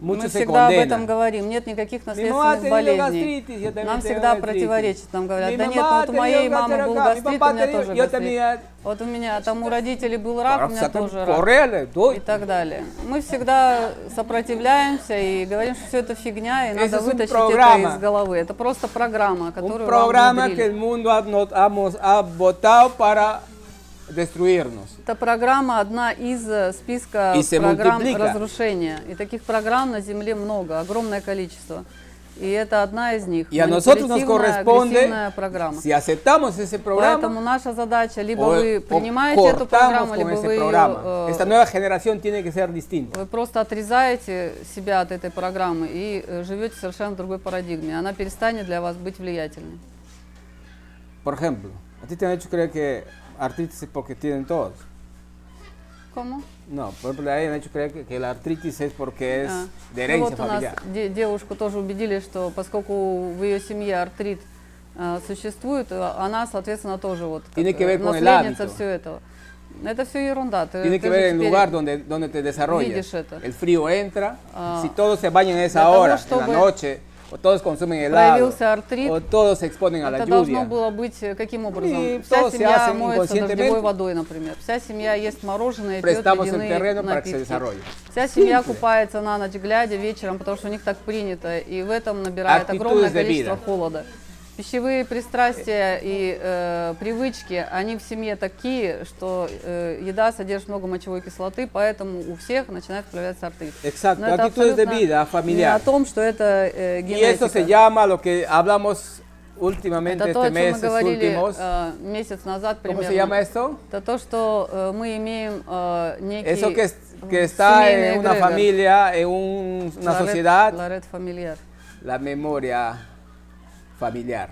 S2: Мы
S1: Muchos se
S2: всегда об этом
S1: condenan.
S2: говорим. Нет никаких
S1: Mi mamá ha
S2: наследственных
S1: tenido
S2: болезней.
S1: gastritis, yo también
S2: Нам
S1: tengo
S2: всегда
S1: gastritis.
S2: противоречит. Нам говорят,
S1: Mi
S2: да нет,
S1: mamá
S2: ну вот у
S1: tenía
S2: моей мамы
S1: gastritis
S2: был
S1: acá, mi
S2: гастрит,
S1: papá
S2: у меня
S1: tenía-
S2: тоже
S1: yo
S2: гастрит.
S1: tenía-
S2: Вот у меня там у родителей был рак, у меня
S1: Saca-
S2: тоже рак.
S1: correle, doy.
S2: и так далее. Мы всегда сопротивляемся и говорим, что все это фигня, и надо
S1: es un
S2: вытащить
S1: programa.
S2: это из головы. Это просто программа,
S1: Un
S2: которую вам
S1: programa que el
S2: внедрили.
S1: mundo ha, no- ha mos- ha votado para destruirnos.
S2: Эта программа одна из э, списка
S1: Y se
S2: программ
S1: multiplica.
S2: разрушения. И таких программ на Земле много, огромное количество. И это одна из них.
S1: Y a nosotros nos
S2: Манипулятивная,
S1: corresponde,
S2: агрессивная программа.
S1: si aceptamos ese
S2: Поэтому
S1: programa,
S2: наша задача, либо
S1: o,
S2: вы
S1: o
S2: принимаете эту
S1: cortamos
S2: программу,
S1: con
S2: либо
S1: ese
S2: вы ее
S1: programa.
S2: э,
S1: Esta nueva generación tiene que ser distinta.
S2: Вы просто отрезаете себя от этой программы и э, живете совершенно в другой парадигме. Она перестанет для вас быть влиятельной.
S1: Por ejemplo, a ti te han hecho creer que artritis es porque tienen todos.
S2: Кому?
S1: No, por ejemplo, a ella me han hecho creer que, que la artritis es porque es
S2: А.
S1: de
S2: Ну
S1: herencia
S2: вот у нас
S1: familiar.
S2: де- девушку тоже убедили, что поскольку в ее семье артрит э, существует, э, она, соответственно, тоже вот как,
S1: Tiene que
S2: э,
S1: ver con el
S2: наследница
S1: hábito.
S2: всего этого. Это все ерунда. Ты,
S1: Tiene
S2: ты
S1: eh, que
S2: же
S1: ver el
S2: теперь
S1: lugar donde, donde te desarrollas.
S2: видишь это.
S1: El frío entra,
S2: Ah.
S1: si todos se bañan en esa
S2: Для того,
S1: hora, en la
S2: чтобы
S1: noche, o todos consumen helado,
S2: проявился артрит,
S1: o todos se exponen a la
S2: Это должно
S1: lluvia.
S2: было быть э, каким образом?
S1: И
S2: Вся
S1: то se
S2: семья
S1: hace
S2: моется дождевой
S1: inconscientemente.
S2: водой, например. Вся семья ест мороженое, пьет
S1: Prestamos el
S2: ледяные
S1: terreno para que se
S2: напитки.
S1: desarrolle.
S2: Вся семья
S1: Simple.
S2: купается на ночь глядя вечером, потому что у них так принято, и в этом набирает
S1: Actitudes
S2: огромное
S1: de
S2: количество
S1: vida.
S2: холода. Пищевые пристрастия и э, привычки, они в семье такие, что э, еда содержит много мочевой кислоты, поэтому у всех начинает проявляться артрит.
S1: Exacto,
S2: Но это
S1: actitudes de
S2: абсолютно не
S1: vida
S2: о
S1: familiar.
S2: том, что это э,
S1: Y esto
S2: генетика.
S1: se llama lo que hablamos últimamente
S2: Это А то, о чем
S1: este
S2: мы
S1: mes, estos
S2: говорили
S1: últimos.
S2: э, месяц назад
S1: ¿Cómo
S2: примерно.
S1: se llama esto?
S2: Это то, что э, мы имеем э, некий
S1: Eso que, es- que
S2: э,
S1: está
S2: семейный
S1: en una
S2: эгрегор.
S1: familia, en un- una
S2: Ларет-
S1: sociedad,
S2: Ларет фамильяр.
S1: la memoria familiar.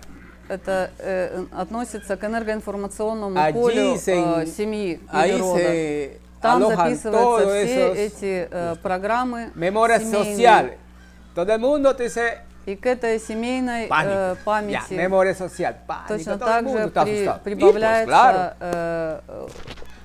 S2: Это э, относится к энергоинформационному
S1: Allí
S2: полю
S1: se-
S2: э, семьи
S1: Ahí
S2: или рода.
S1: se
S2: Там
S1: alojan
S2: записываются
S1: todos
S2: все
S1: esos
S2: эти э, программы
S1: memorias
S2: семейные.
S1: sociales. Todo el mundo te dice
S2: И к этой семейной э,
S1: pánico. Ya,
S2: памяти
S1: memoria social, pánico.
S2: точно
S1: todo el
S2: так же
S1: mundo está
S2: при-
S1: asustado. Y, pues,
S2: прибавляется
S1: claro,
S2: э, э,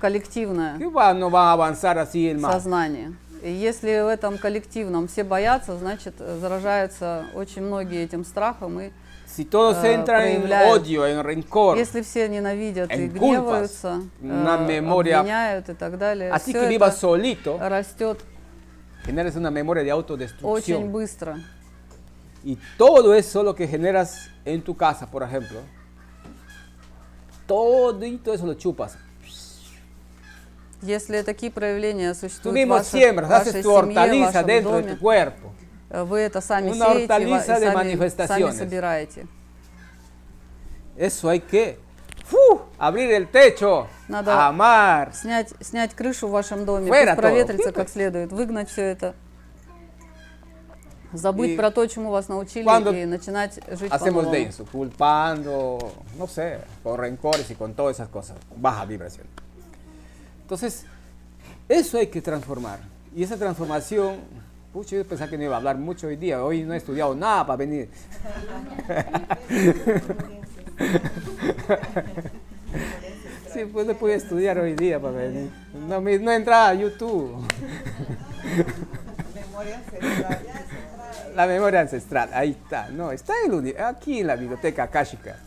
S2: коллективная.
S1: ¿qué va- no va a avanzar así el mal?
S2: сознание. И если в этом коллективном все боятся, значит, э, заражаются очень многие этим страхом. И
S1: Si todos
S2: eh,
S1: entran en
S2: проявляют.
S1: odio, en rencor,
S2: если все ненавидят и
S1: En culpas,
S2: гневаются,
S1: una
S2: э,
S1: memoria.
S2: обвиняют и так далее,
S1: así
S2: всё
S1: que
S2: это
S1: vivas solito,
S2: растет
S1: generas una memoria de
S2: очень
S1: autodestrucción.
S2: быстро.
S1: Y todo eso lo que generas en tu casa, por ejemplo, todo eso lo chupas.
S2: Если такие проявления
S1: Tú
S2: существуют в
S1: mismo
S2: вашей,
S1: siembras,
S2: вашей
S1: haces tu
S2: семье, в
S1: hortaliza
S2: вашем
S1: dentro de
S2: доме,
S1: tu cuerpo.
S2: э, вы это сами
S1: Una
S2: сеете и ва- и
S1: hortaliza de
S2: сами, сами
S1: manifestaciones.
S2: собираете.
S1: Eso hay que ¡fu! abrir el techo,
S2: Nada.
S1: amar.
S2: Снять, снять крышу в вашем доме,
S1: Fuera
S2: пусть проветрится
S1: todo.
S2: как следует, выгнать все это. Забыть
S1: И
S2: про то, чему вас научили,
S1: Cuando
S2: и начинать жить
S1: Hacemos de
S2: по-новому.
S1: eso, culpando, no sé, con rencores y con todas esas cosas, baja vibración. Entonces, eso hay que transformar. Y esa transformación, pucha, yo pensaba que no iba a hablar mucho hoy día, hoy no he estudiado nada para venir. [laughs] Sí, pues no pude estudiar hoy día para venir. No, me- no entraba a YouTube.
S6: Memoria ancestral.
S1: La memoria ancestral, ahí está. No, está en el uni- aquí en la biblioteca akáshica.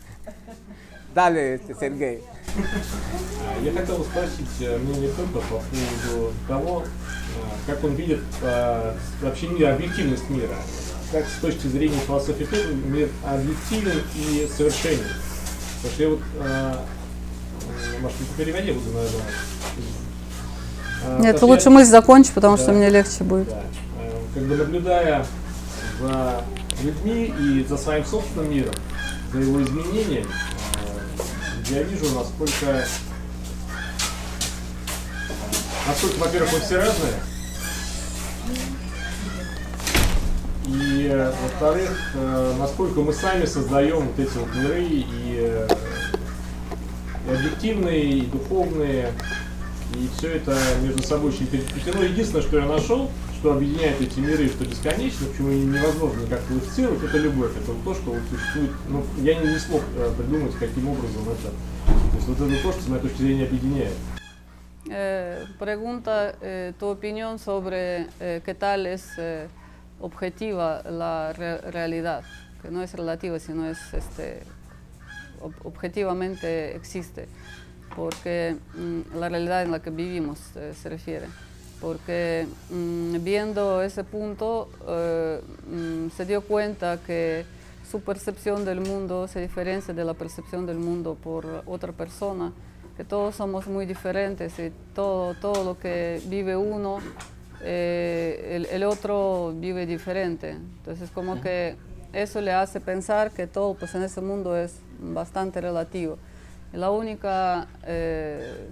S1: Dale, este, Sergey.
S8: А, Я хотел спросить э, мнение Кэмпа по поводу того, э, как он видит э, вообще не объективность мира. Как с точки зрения философии Кэмпа мир объективен и совершенен. Потому что я вот, э, э, может, по переводе буду, наверное. Э, потому
S2: Нет,
S8: что
S2: лучше
S8: я-
S2: мысль закончи, потому что
S8: Да.
S2: мне легче будет.
S8: да. Э, Как бы наблюдая за людьми и за своим собственным миром, за его изменением, э, я вижу, насколько, насколько, во-первых, мы все разные, и, э, во-вторых, э, насколько мы сами создаем вот эти вот миры и, э, и объективные, и духовные, и все это между собой очень переплетено. Единственное, что я нашел, что объединяет эти миры, что бесконечно, почему и невозможно никак классифицировать, это любовь. Это вот то, что вот существует. Ну, я не, не смог э, придумать, каким образом это. То есть вот это то, что с моей точки зрения объединяет.
S2: Eh, pregunta eh, tu opinión sobre eh, qué tal es eh, objetiva la re- realidad, que no es relativa, sino es este, ob- objetivamente existe, porque mm, la realidad en la que vivimos eh, se refiere. Porque mm, viendo ese punto eh, mm, se dio cuenta que su percepción del mundo se diferencia de la percepción del mundo por otra persona, que todos somos muy diferentes y todo, todo lo que vive uno, eh, el, el otro vive diferente. Entonces como que eso le hace pensar que todo pues, en ese mundo es bastante relativo. La única, eh,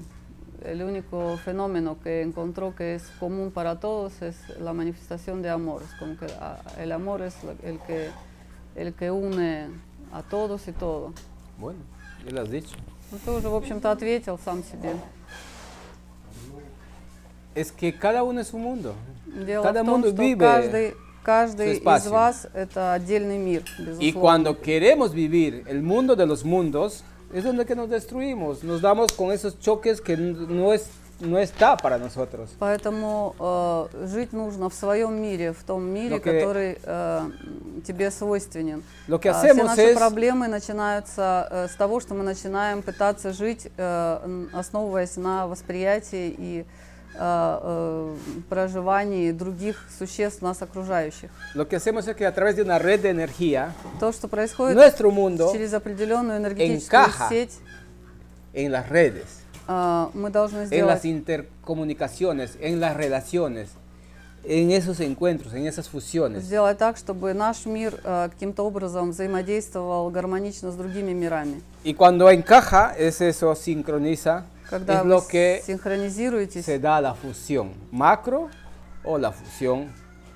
S2: el único fenómeno que encontró que es común para todos es la manifestación de amor. Es como que ah, el amor es la- el que, el que une a todos y todo.
S1: Bueno, ya lo has dicho.
S2: Ну, ты уже, в общем-то, ответил сам себе.
S1: Es que cada uno es un mundo.
S2: Дело
S1: Cada
S2: в том,
S1: mundo
S2: что
S1: vive
S2: каждый, каждый
S1: su espacio.
S2: из вас – это отдельный мир, безусловно.
S1: Y cuando queremos vivir el mundo de los mundos, es donde que nos destruimos. Nos damos con esos choques que n- no, es, no está para nosotros.
S2: Поэтому э, жить нужно в своем мире, в том мире,
S1: Но ке-
S2: который э, м, тебе свойственен.
S1: Lo que
S2: А, Все
S1: hacemos
S2: наши
S1: es,
S2: проблемы начинаются э, с того, что мы начинаем пытаться жить, э, н- основываясь на восприятии и э, э, проживании других существ нас окружающих.
S1: lo que hacemos es que a través de una red de energía,
S2: То, что происходит
S1: nuestro mundo
S2: через определенную энергетическую
S1: encaja.
S2: сеть,
S1: en las redes,
S2: э, мы должны
S1: en
S2: сделать
S1: las intercomunicaciones, en las relaciones, en esos encuentros, en esas fusiones.
S2: сделать так, чтобы наш мир э, каким-то образом взаимодействовал гармонично с другими мирами.
S1: Y cuando encaja, es eso, sincroniza,
S2: Когда
S1: es
S2: вы
S1: lo que
S2: синхронизируетесь,
S1: se da la fusión macro o la fusión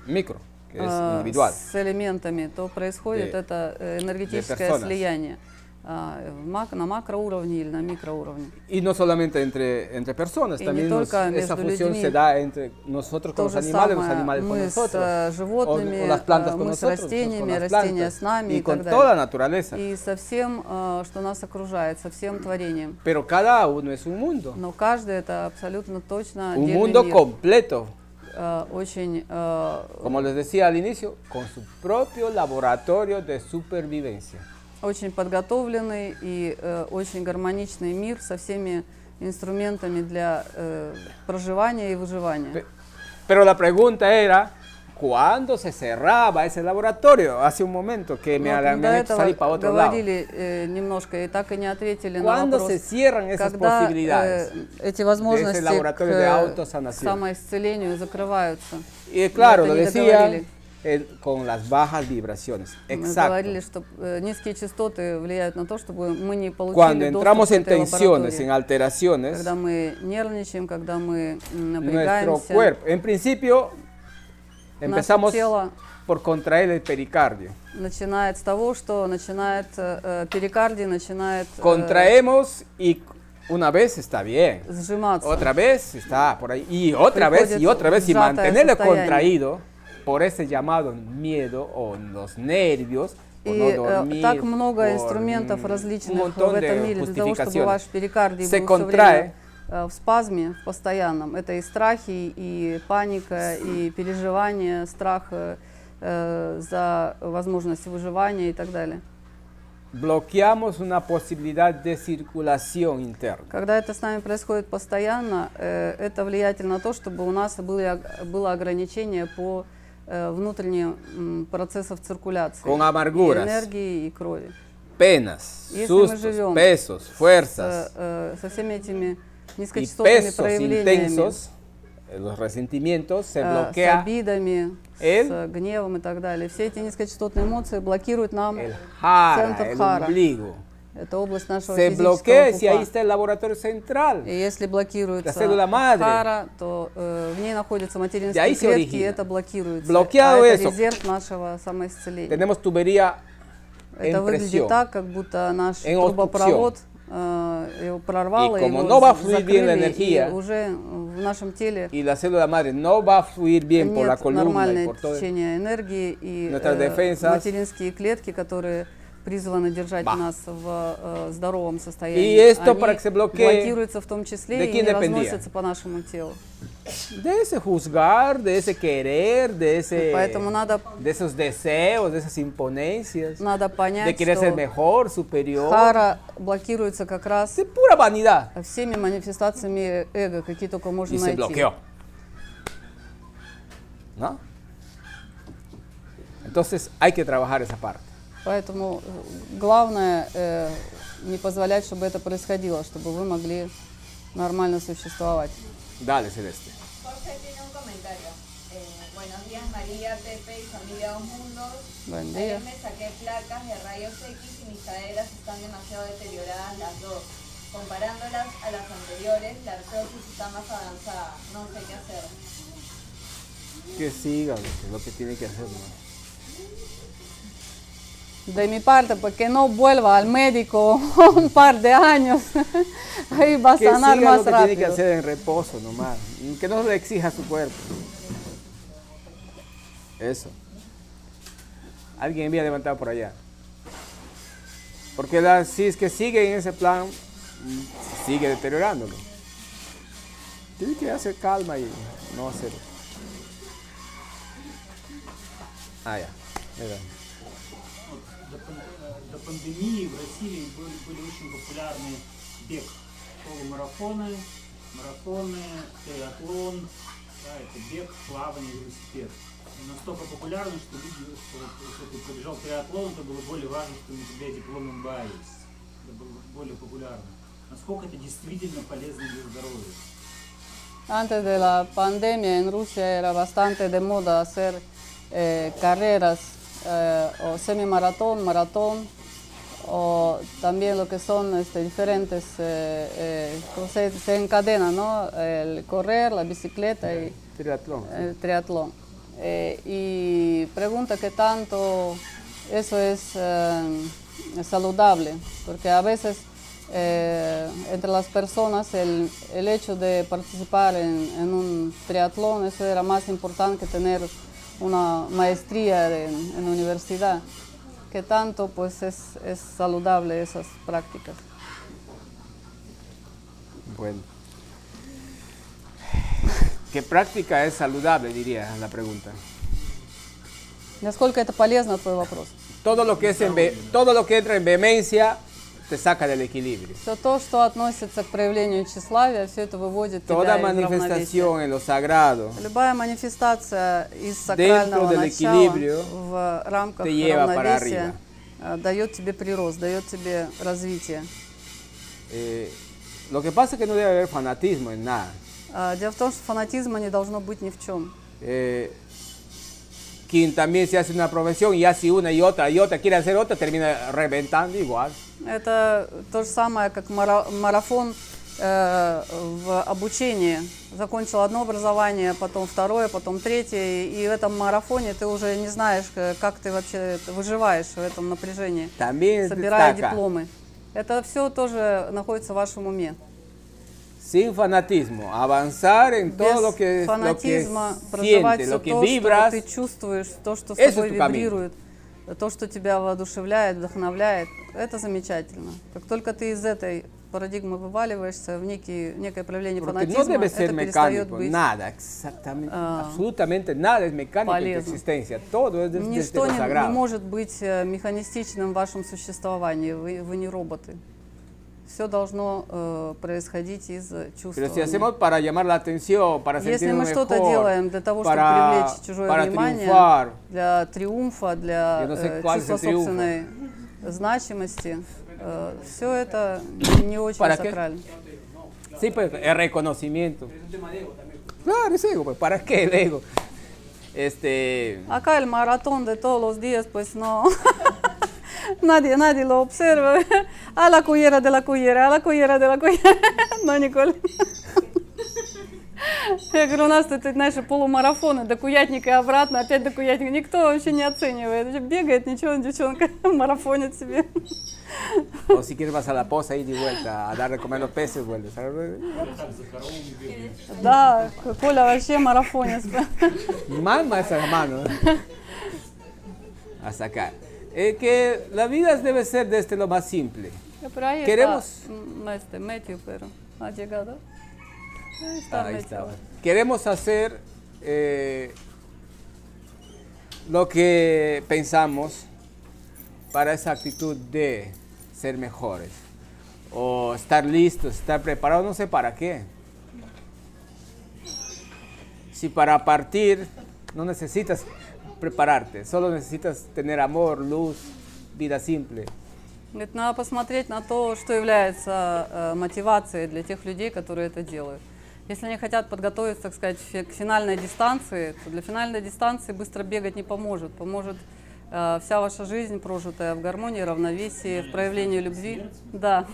S1: micro, que es
S2: э,
S1: individual.
S2: с элементами, то происходит
S1: De-
S2: это э, энергетическое
S1: personas.
S2: слияние а, в мак- на макроуровне или на микроуровне.
S1: Y no solamente entre, entre personas,
S2: Y
S1: también
S2: no
S1: nos-
S2: только
S1: esa
S2: между
S1: fusión
S2: людьми.
S1: se da entre nosotros
S2: То
S1: con los
S2: же
S1: animales, los
S2: самое
S1: animales con
S2: мы с
S1: nosotros.
S2: э, животными,
S1: o, o las plantas
S2: э,
S1: con
S2: мы с
S1: nosotros, nosotros con
S2: растениями,
S1: las
S2: растения
S1: plantas,
S2: с нами
S1: y,
S2: и,
S1: con
S2: так
S1: toda la
S2: далее.
S1: naturaleza.
S2: И со всем, э, что нас окружает, со всем творением.
S1: Pero cada uno es un mundo,
S2: Но каждый это абсолютно точно
S1: un
S2: отдельный
S1: mundo
S2: мир.
S1: completo,
S2: э, очень э,
S1: como les decía al inicio, con su propio laboratorio de supervivencia.
S2: очень подготовленный и э, очень гармоничный мир со всеми инструментами для э, проживания и выживания.
S1: Pe- Pero la pregunta era, ¿cuándo se cerraba ese laboratorio? Hace un momento que me,
S2: Но
S1: ha- me
S2: до
S1: han hecho
S2: этого
S1: salir para otro lado.
S2: говорили э, немножко и так и не ответили на
S1: ¿Cuándo se
S2: вопрос,
S1: cierran esas
S2: когда
S1: posibilidades?
S2: э, эти возможности к
S1: laboratorio de
S2: э,
S1: autosanación.
S2: самоисцелению закрываются.
S1: Y claro,
S2: это
S1: lo
S2: не
S1: decía
S2: договорили.
S1: en- con las bajas vibraciones.
S2: Мы
S1: Exacto.
S2: говорили, что э, низкие частоты влияют на то, чтобы мы не получили
S1: Cuando
S2: доступ
S1: entramos
S2: к
S1: en
S2: этой
S1: tensiones,
S2: лаборатории.
S1: en alteraciones,
S2: Когда мы нервничаем, когда мы м,
S1: nuestro
S2: напрягаемся,
S1: cuerpo, en principio,
S2: наше
S1: empezamos
S2: тело
S1: por contraer el pericardio.
S2: Eh. Начинает с того, что начинает э, э, перикардий, начинает э,
S1: Contraemos y una vez está bien.
S2: сжиматься.
S1: Otra vez está por ahí. Y otra vez
S2: pues,
S1: y otra vez. Y
S2: Приходит сжатое
S1: mantenerlo
S2: состояние.
S1: contraído por ese llamado miedo o los nervios.
S2: И
S1: o no
S2: э,
S1: dormir,
S2: так много
S1: por,
S2: инструментов
S1: mm,
S2: различных
S1: un
S2: в
S1: montón de
S2: этом мире для того, чтобы
S1: justificaciones.
S2: ваш перикардий
S1: Se
S2: был все
S1: contrae.
S2: время э, в спазме в постоянном. Это и страхи, и паника, и переживания, страх э, э, за возможность выживания и так далее.
S1: Bloqueamos una posibilidad de circulación interna.
S2: Когда это с нами происходит постоянно, э, это влиятельно на то, чтобы у нас были, ог- было ограничение по э, внутренним м, процессам циркуляции,
S1: Con
S2: и
S1: amarguras.
S2: энергии и крови. Э,
S1: penas,
S2: Если мы
S1: sustos,
S2: живем
S1: pesos,
S2: eh, С,
S1: fuerzas
S2: э, со всеми этими
S1: y
S2: низкочастотными
S1: pesos
S2: проявлениями,
S1: intensos, eh, los resentimientos se
S2: э, с
S1: bloquea
S2: обидами,
S1: el-
S2: с гневом и так далее. Все эти низкочастотные эмоции блокируют нам,
S1: el jara,
S2: центр
S1: el
S2: хара.
S1: ombligo.
S2: это область нашего
S1: Se
S2: физического
S1: bloquea si ahí
S2: пупа.
S1: está el laboratorio
S2: И
S1: central.
S2: если блокируется
S1: La célula madre.
S2: хара, то э, в ней находятся
S1: De ahí
S2: материнские
S1: se
S2: клетки, и
S1: origina.
S2: это блокируется.
S1: Bloqueado
S2: а это
S1: eso.
S2: резерв нашего самоисцеления.
S1: Tenemos tubería
S2: Это
S1: en
S2: выглядит
S1: presión.
S2: так, как будто наш
S1: en obstrucción.
S2: трубопровод э, его прорвало,
S1: Y como
S2: его
S1: no va a
S2: з-
S1: fluir bien la
S2: закрыли,
S1: energía,
S2: и уже в нашем теле
S1: Y la célula madre no va a fluir bien por la
S2: нет
S1: columna y
S2: нормальное
S1: por todo.
S2: течение энергии, и э,
S1: Nuestras defensas.
S2: материнские клетки, которые призваны держать
S1: Bah.
S2: нас в э, здоровом состоянии,
S1: Y esto
S2: они
S1: para que se bloquee,
S2: блокируются в том
S1: de
S2: числе и
S1: quién
S2: не
S1: dependía?
S2: разносятся по нашему телу.
S1: De ese juzgar, de ese querer, de, ese,
S2: Поэтому надо,
S1: de esos deseos, de esas imponencias,
S2: надо
S1: de
S2: понять,
S1: querer ser
S2: что
S1: mejor, superior.
S2: хара блокируется как раз
S1: Es pura vanidad.
S2: всеми манифестациями эго, какие только можно
S1: y se
S2: найти.
S1: bloqueó. ¿No? Entonces hay que trabajar esa parte.
S2: Поэтому э, главное э, не позволять, чтобы это происходило, чтобы вы могли нормально существовать.
S1: Dale, Celeste.
S9: Jorge tiene un comentario. Eh, buenos días María, Pepe y familia Dos Mundos.
S2: Buen día.
S9: Ayer me saqué placas de rayos X y mis caderas están demasiado deterioradas las dos. Comparándolas a las anteriores, la artrosis está más avanzada. No sé qué hacer.
S1: Que siga Luis, lo que tiene que hacer. ¿no?
S2: De mi parte, porque no ну vuelva al médico [laughs] un par de años, [laughs] ahí va a
S1: Que siga
S2: sanar
S1: lo
S2: más
S1: que tiene que
S2: rápido.
S1: hacer en reposo nomás. y Que no le exija su cuerpo. Eso. Alguien había levantado por allá. Porque la- si es que sigue en ese plan, mm, sigue deteriorándolo. Tiene que hacer calma y no hacer. Ah, ya. Mira.
S3: Ну, До, пан- э, до пандемии в России был- были, очень популярны бег, полумарафоны, марафоны, триатлон, да, это бег, плавание, велосипед. И настолько популярно, что люди, что вот если ты пробежал триатлон, это было более важно, что на тебя диплом МБА есть. Это было более популярно. Насколько это действительно полезно для здоровья?
S2: Antes de la pandemia en Rusia era bastante de moda hacer eh, carreras eh, o semimaratón, maratón, o también lo que son este, diferentes, eh, eh, como se, se encadena, ¿no? El correr, la bicicleta y
S1: Triatlón.
S2: el triatlón. Eh, y pregunta qué tanto eso es eh, saludable, porque a veces eh, entre las personas el, el hecho de participar en, en un triatlón, eso era más importante que tener una maestría de- en la universidad. ¿Qué tanto pues es, es saludable esas prácticas?
S1: Bueno. [sighs] ¿Qué práctica es saludable, diría la pregunta?
S2: Насколько это полезно, твой вопрос?
S1: Todo lo que, es en ve- todo lo que entra en vehemencia te saca del equilibrio.
S2: Все то, что относится к проявлению тщеславия, все это выводит
S1: Toda
S2: тебя из равновесия.
S1: manifestación en lo sagrado
S2: Любая манифестация из сакрального
S1: del
S2: начала
S1: equilibrio
S2: в рамках
S1: te lleva para
S2: равновесия э, дает тебе прирост, дает тебе развитие.
S1: eh, lo que pasa es que no debe haber fanatismo en nada.
S2: А, Дело в том, что фанатизма не должно быть ни в чем.
S1: Eh, quien también se hace una profesión y hace una y otra y otra, quiere hacer otra, termina reventando igual.
S2: Это то же самое, как мара- марафон э, в обучении. Закончил одно образование, потом второе, потом третье. И в этом марафоне ты уже не знаешь, э, как ты вообще выживаешь в этом напряжении,
S1: También
S2: собирая
S1: destaca,
S2: дипломы. Это все тоже находится в вашем уме.
S1: sin fanatismo, avanzar en todo
S2: Без
S1: lo que, lo que
S2: фанатизма проживать
S1: sientes,
S2: всё
S1: lo que
S2: то,
S1: vibras.
S2: что ты чувствуешь, то, что с
S1: Eso es
S2: тобой
S1: tu camino.
S2: вибрирует, то, что тебя воодушевляет, вдохновляет. Это замечательно. Как только ты из этой парадигмы вываливаешься в некий, некое проявление
S1: Porque no
S2: фанатизма,
S1: debe
S2: это
S1: ser
S2: перестает
S1: mecánico,
S2: быть.
S1: nada, exactamente,
S2: ah,
S1: absolutamente nada es mecánico en tu
S2: полезно.
S1: existencia, todo es desde, desde
S2: Ничто
S1: lo
S2: не, не
S1: sagrado.
S2: может быть э, механистичным в вашем существовании. Вы, вы не роботы. Все должно э, происходить из э, чувства.
S1: Pero si hacemos para llamar la atención, para
S2: Если
S1: sentirnos
S2: мы что-то
S1: mejor,
S2: делаем для того, чтобы
S1: para,
S2: привлечь чужое
S1: para
S2: внимание,
S1: triunfar,
S2: для триумфа, для
S1: Я не знаю,
S2: э,
S1: cuál es
S2: чувства
S1: el triunfo.
S2: собственной значимости, все это не очень
S1: ¿Para qué?
S2: сакрально.
S1: sí, pues, el reconocimiento. Claro, es ego, pues, ¿para qué el ego? Este,
S2: Acá el maratón de todos los días, pues no. [laughs] Nadie, nadie lo observa. [laughs] A la cullera de la cullera, a la cullera de la cullera. [laughs] No, Николь. Я говорю, у нас тут, знаешь, полумарафоны, до куятника и обратно, опять до куятника. Никто вообще не оценивает. Бегает, ничего, девчонка, [laughs] марафонит себе.
S1: o si quieres vas a la posa y de vuelta, a dar de comer los peces, vuelves.
S2: Да, Коля вообще [laughs] марафонец.
S1: Mama esas manos. [laughs] Hasta acá. Es que la vida debe ser desde lo más simple. Queremos-
S2: Мэтью, pero. А, Диего, да? Ahí está
S1: Ahí
S2: Matthew.
S1: estaba. Queremos hacer eh, lo que pensamos para esa actitud de ser mejores o estar listos, estar preparados, no sé para qué. Si para partir no necesitas prepararte, solo necesitas tener amor, luz, vida simple.
S2: Говорит, надо посмотреть на то, что является э, мотивацией для тех людей, которые это делают. Если они хотят подготовиться, так сказать, фи- к финальной дистанции, то для финальной дистанции быстро бегать не поможет. Поможет э, вся ваша жизнь, прожитая в гармонии, равновесии, в проявлении любви. Да.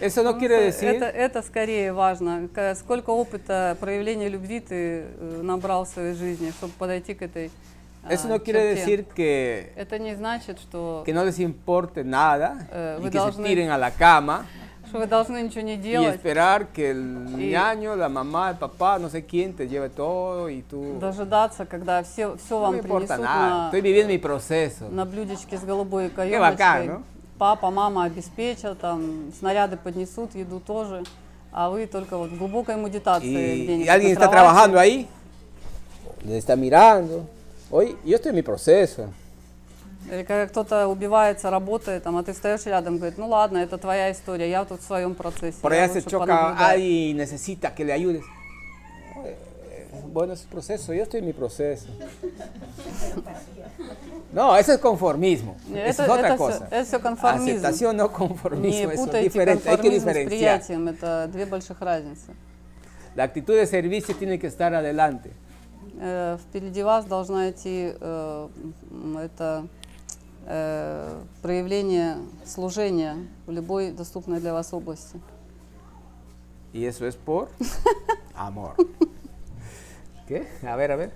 S1: Eso no quiere
S2: Это,
S1: decir...
S2: это, это скорее важно. К- Сколько опыта проявления любви ты э, набрал в своей жизни, чтобы подойти к этой э,
S1: Eso no
S2: черте.
S1: quiere decir que,
S2: Это не значит, что,
S1: que no les importe nada
S2: Eh,
S1: y que se
S2: without me.
S1: tiren a la cama
S2: что вы должны ничего не
S1: y
S2: делать.
S1: esperar que el
S2: Y-
S1: ñaño, la mamá, el papá, no sé quién te lleve todo y tú...
S2: Дожидаться, когда все, все
S1: No
S2: вам
S1: me
S2: принесут
S1: importa nada,
S2: на,
S1: estoy viviendo mi proceso.
S2: на блюдечке с голубой
S1: bacán,
S2: каемочкой.
S1: no?
S2: Папа, мама обеспечат, там, снаряды поднесут, еду тоже. А вы только вот в глубокой медитации
S1: Y,
S2: где-нибудь
S1: y alguien
S2: на
S1: está
S2: кровати.
S1: trabajando ahí, le está mirando. Hoy yo estoy en mi proceso.
S2: Или когда кто-то убивается, работает, там, а ты встаешь рядом и говорит, ну ладно, это твоя история, я тут в своем процессе.
S1: Por
S2: я
S1: allá se
S2: лучше
S1: choca
S2: понаблюдаю».
S1: alguien y necesita que le ayudes. Eh, eh, Bueno, es su proceso, yo estoy en mi proceso. [laughs] No, eso es conformismo.
S2: Нет,
S1: Eso
S2: Это,
S1: es otra
S2: это
S1: cosa.
S2: все, это всё конформизм.
S1: Aceptación, no
S2: Не
S1: conformismo, eso es
S2: путайте
S1: diferente, hay que
S2: конформизм с
S1: diferenciar.
S2: приятием, это две больших разницы.
S1: La actitud de servicio tiene que estar adelante.
S2: Э, Впереди вас должна идти э, м, это э, проявление служения в любой доступной для вас области.
S1: Y eso es [laughs] por amor. ¿Qué? A ver, a ver.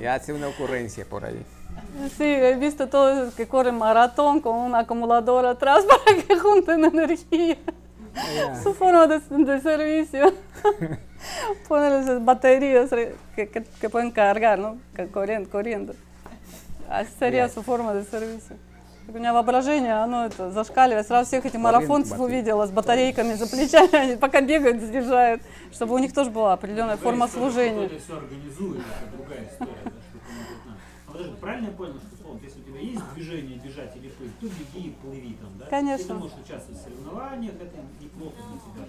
S1: Ya hace una ocurrencia por ahí.
S2: Sí, he visto todo que corre maratón con un acumulador atrás [laughs] para que junten energía. Su forma de, de servicio. Poner esas baterías re- que, que, que pueden cargar, ¿no? Que corriendo, corriendo. А sería su forma de servicio. Так У меня воображение, оно это зашкаливает. Сразу всех этих марафонцев
S1: батареи.
S2: увидела с батарейками за плечами. [laughs] Они пока бегают, заряжают, чтобы у них тоже была определенная форма служения.
S3: Кто-то все организует, это другая история. да, что кому-то надо. А вот даже правильно я понял, что Слава, вот если у тебя есть движение бежать или плыть, то беги и плыви там, да?
S2: Конечно.
S3: Ты можешь участвовать в соревнованиях, это неплохо для тебя.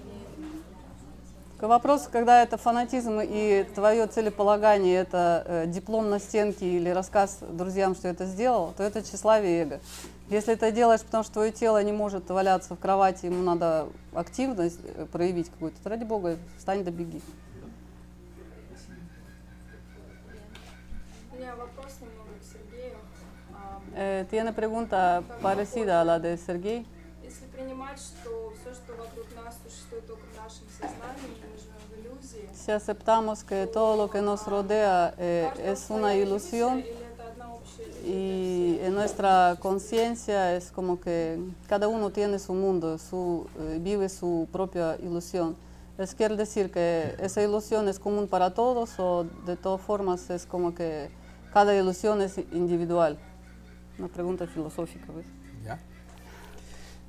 S2: К вопросу, когда это фанатизм и твое целеполагание, это э, диплом на стенке или рассказ друзьям, что это сделал, то это тщеславие и эго. Если ты делаешь, потому что твое тело не может валяться в кровати, ему надо активность э, проявить какую-то, то ради бога, встань да беги.
S10: У меня вопрос немного к Сергею. А,
S2: Э, Tiene pregunta parecida a la de Sergey.
S10: и если принимать, что все, что вокруг нас существует только в нашем сознании, и мы живем в иллюзии,
S2: Si aceptamos que todo lo que nos rodea
S7: э,
S2: eh,
S10: каждая
S2: es una
S10: своя
S2: ilusión
S10: иллюзия, или это одна общая иллюзия?
S2: y en nuestra conciencia es como que cada uno tiene su mundo, su, eh, vive su propia ilusión. Es quiere decir que esa ilusión es común para todos o de todas formas es como que cada ilusión es individual. Una pregunta filosófica, ¿ves?
S1: ¿Ya?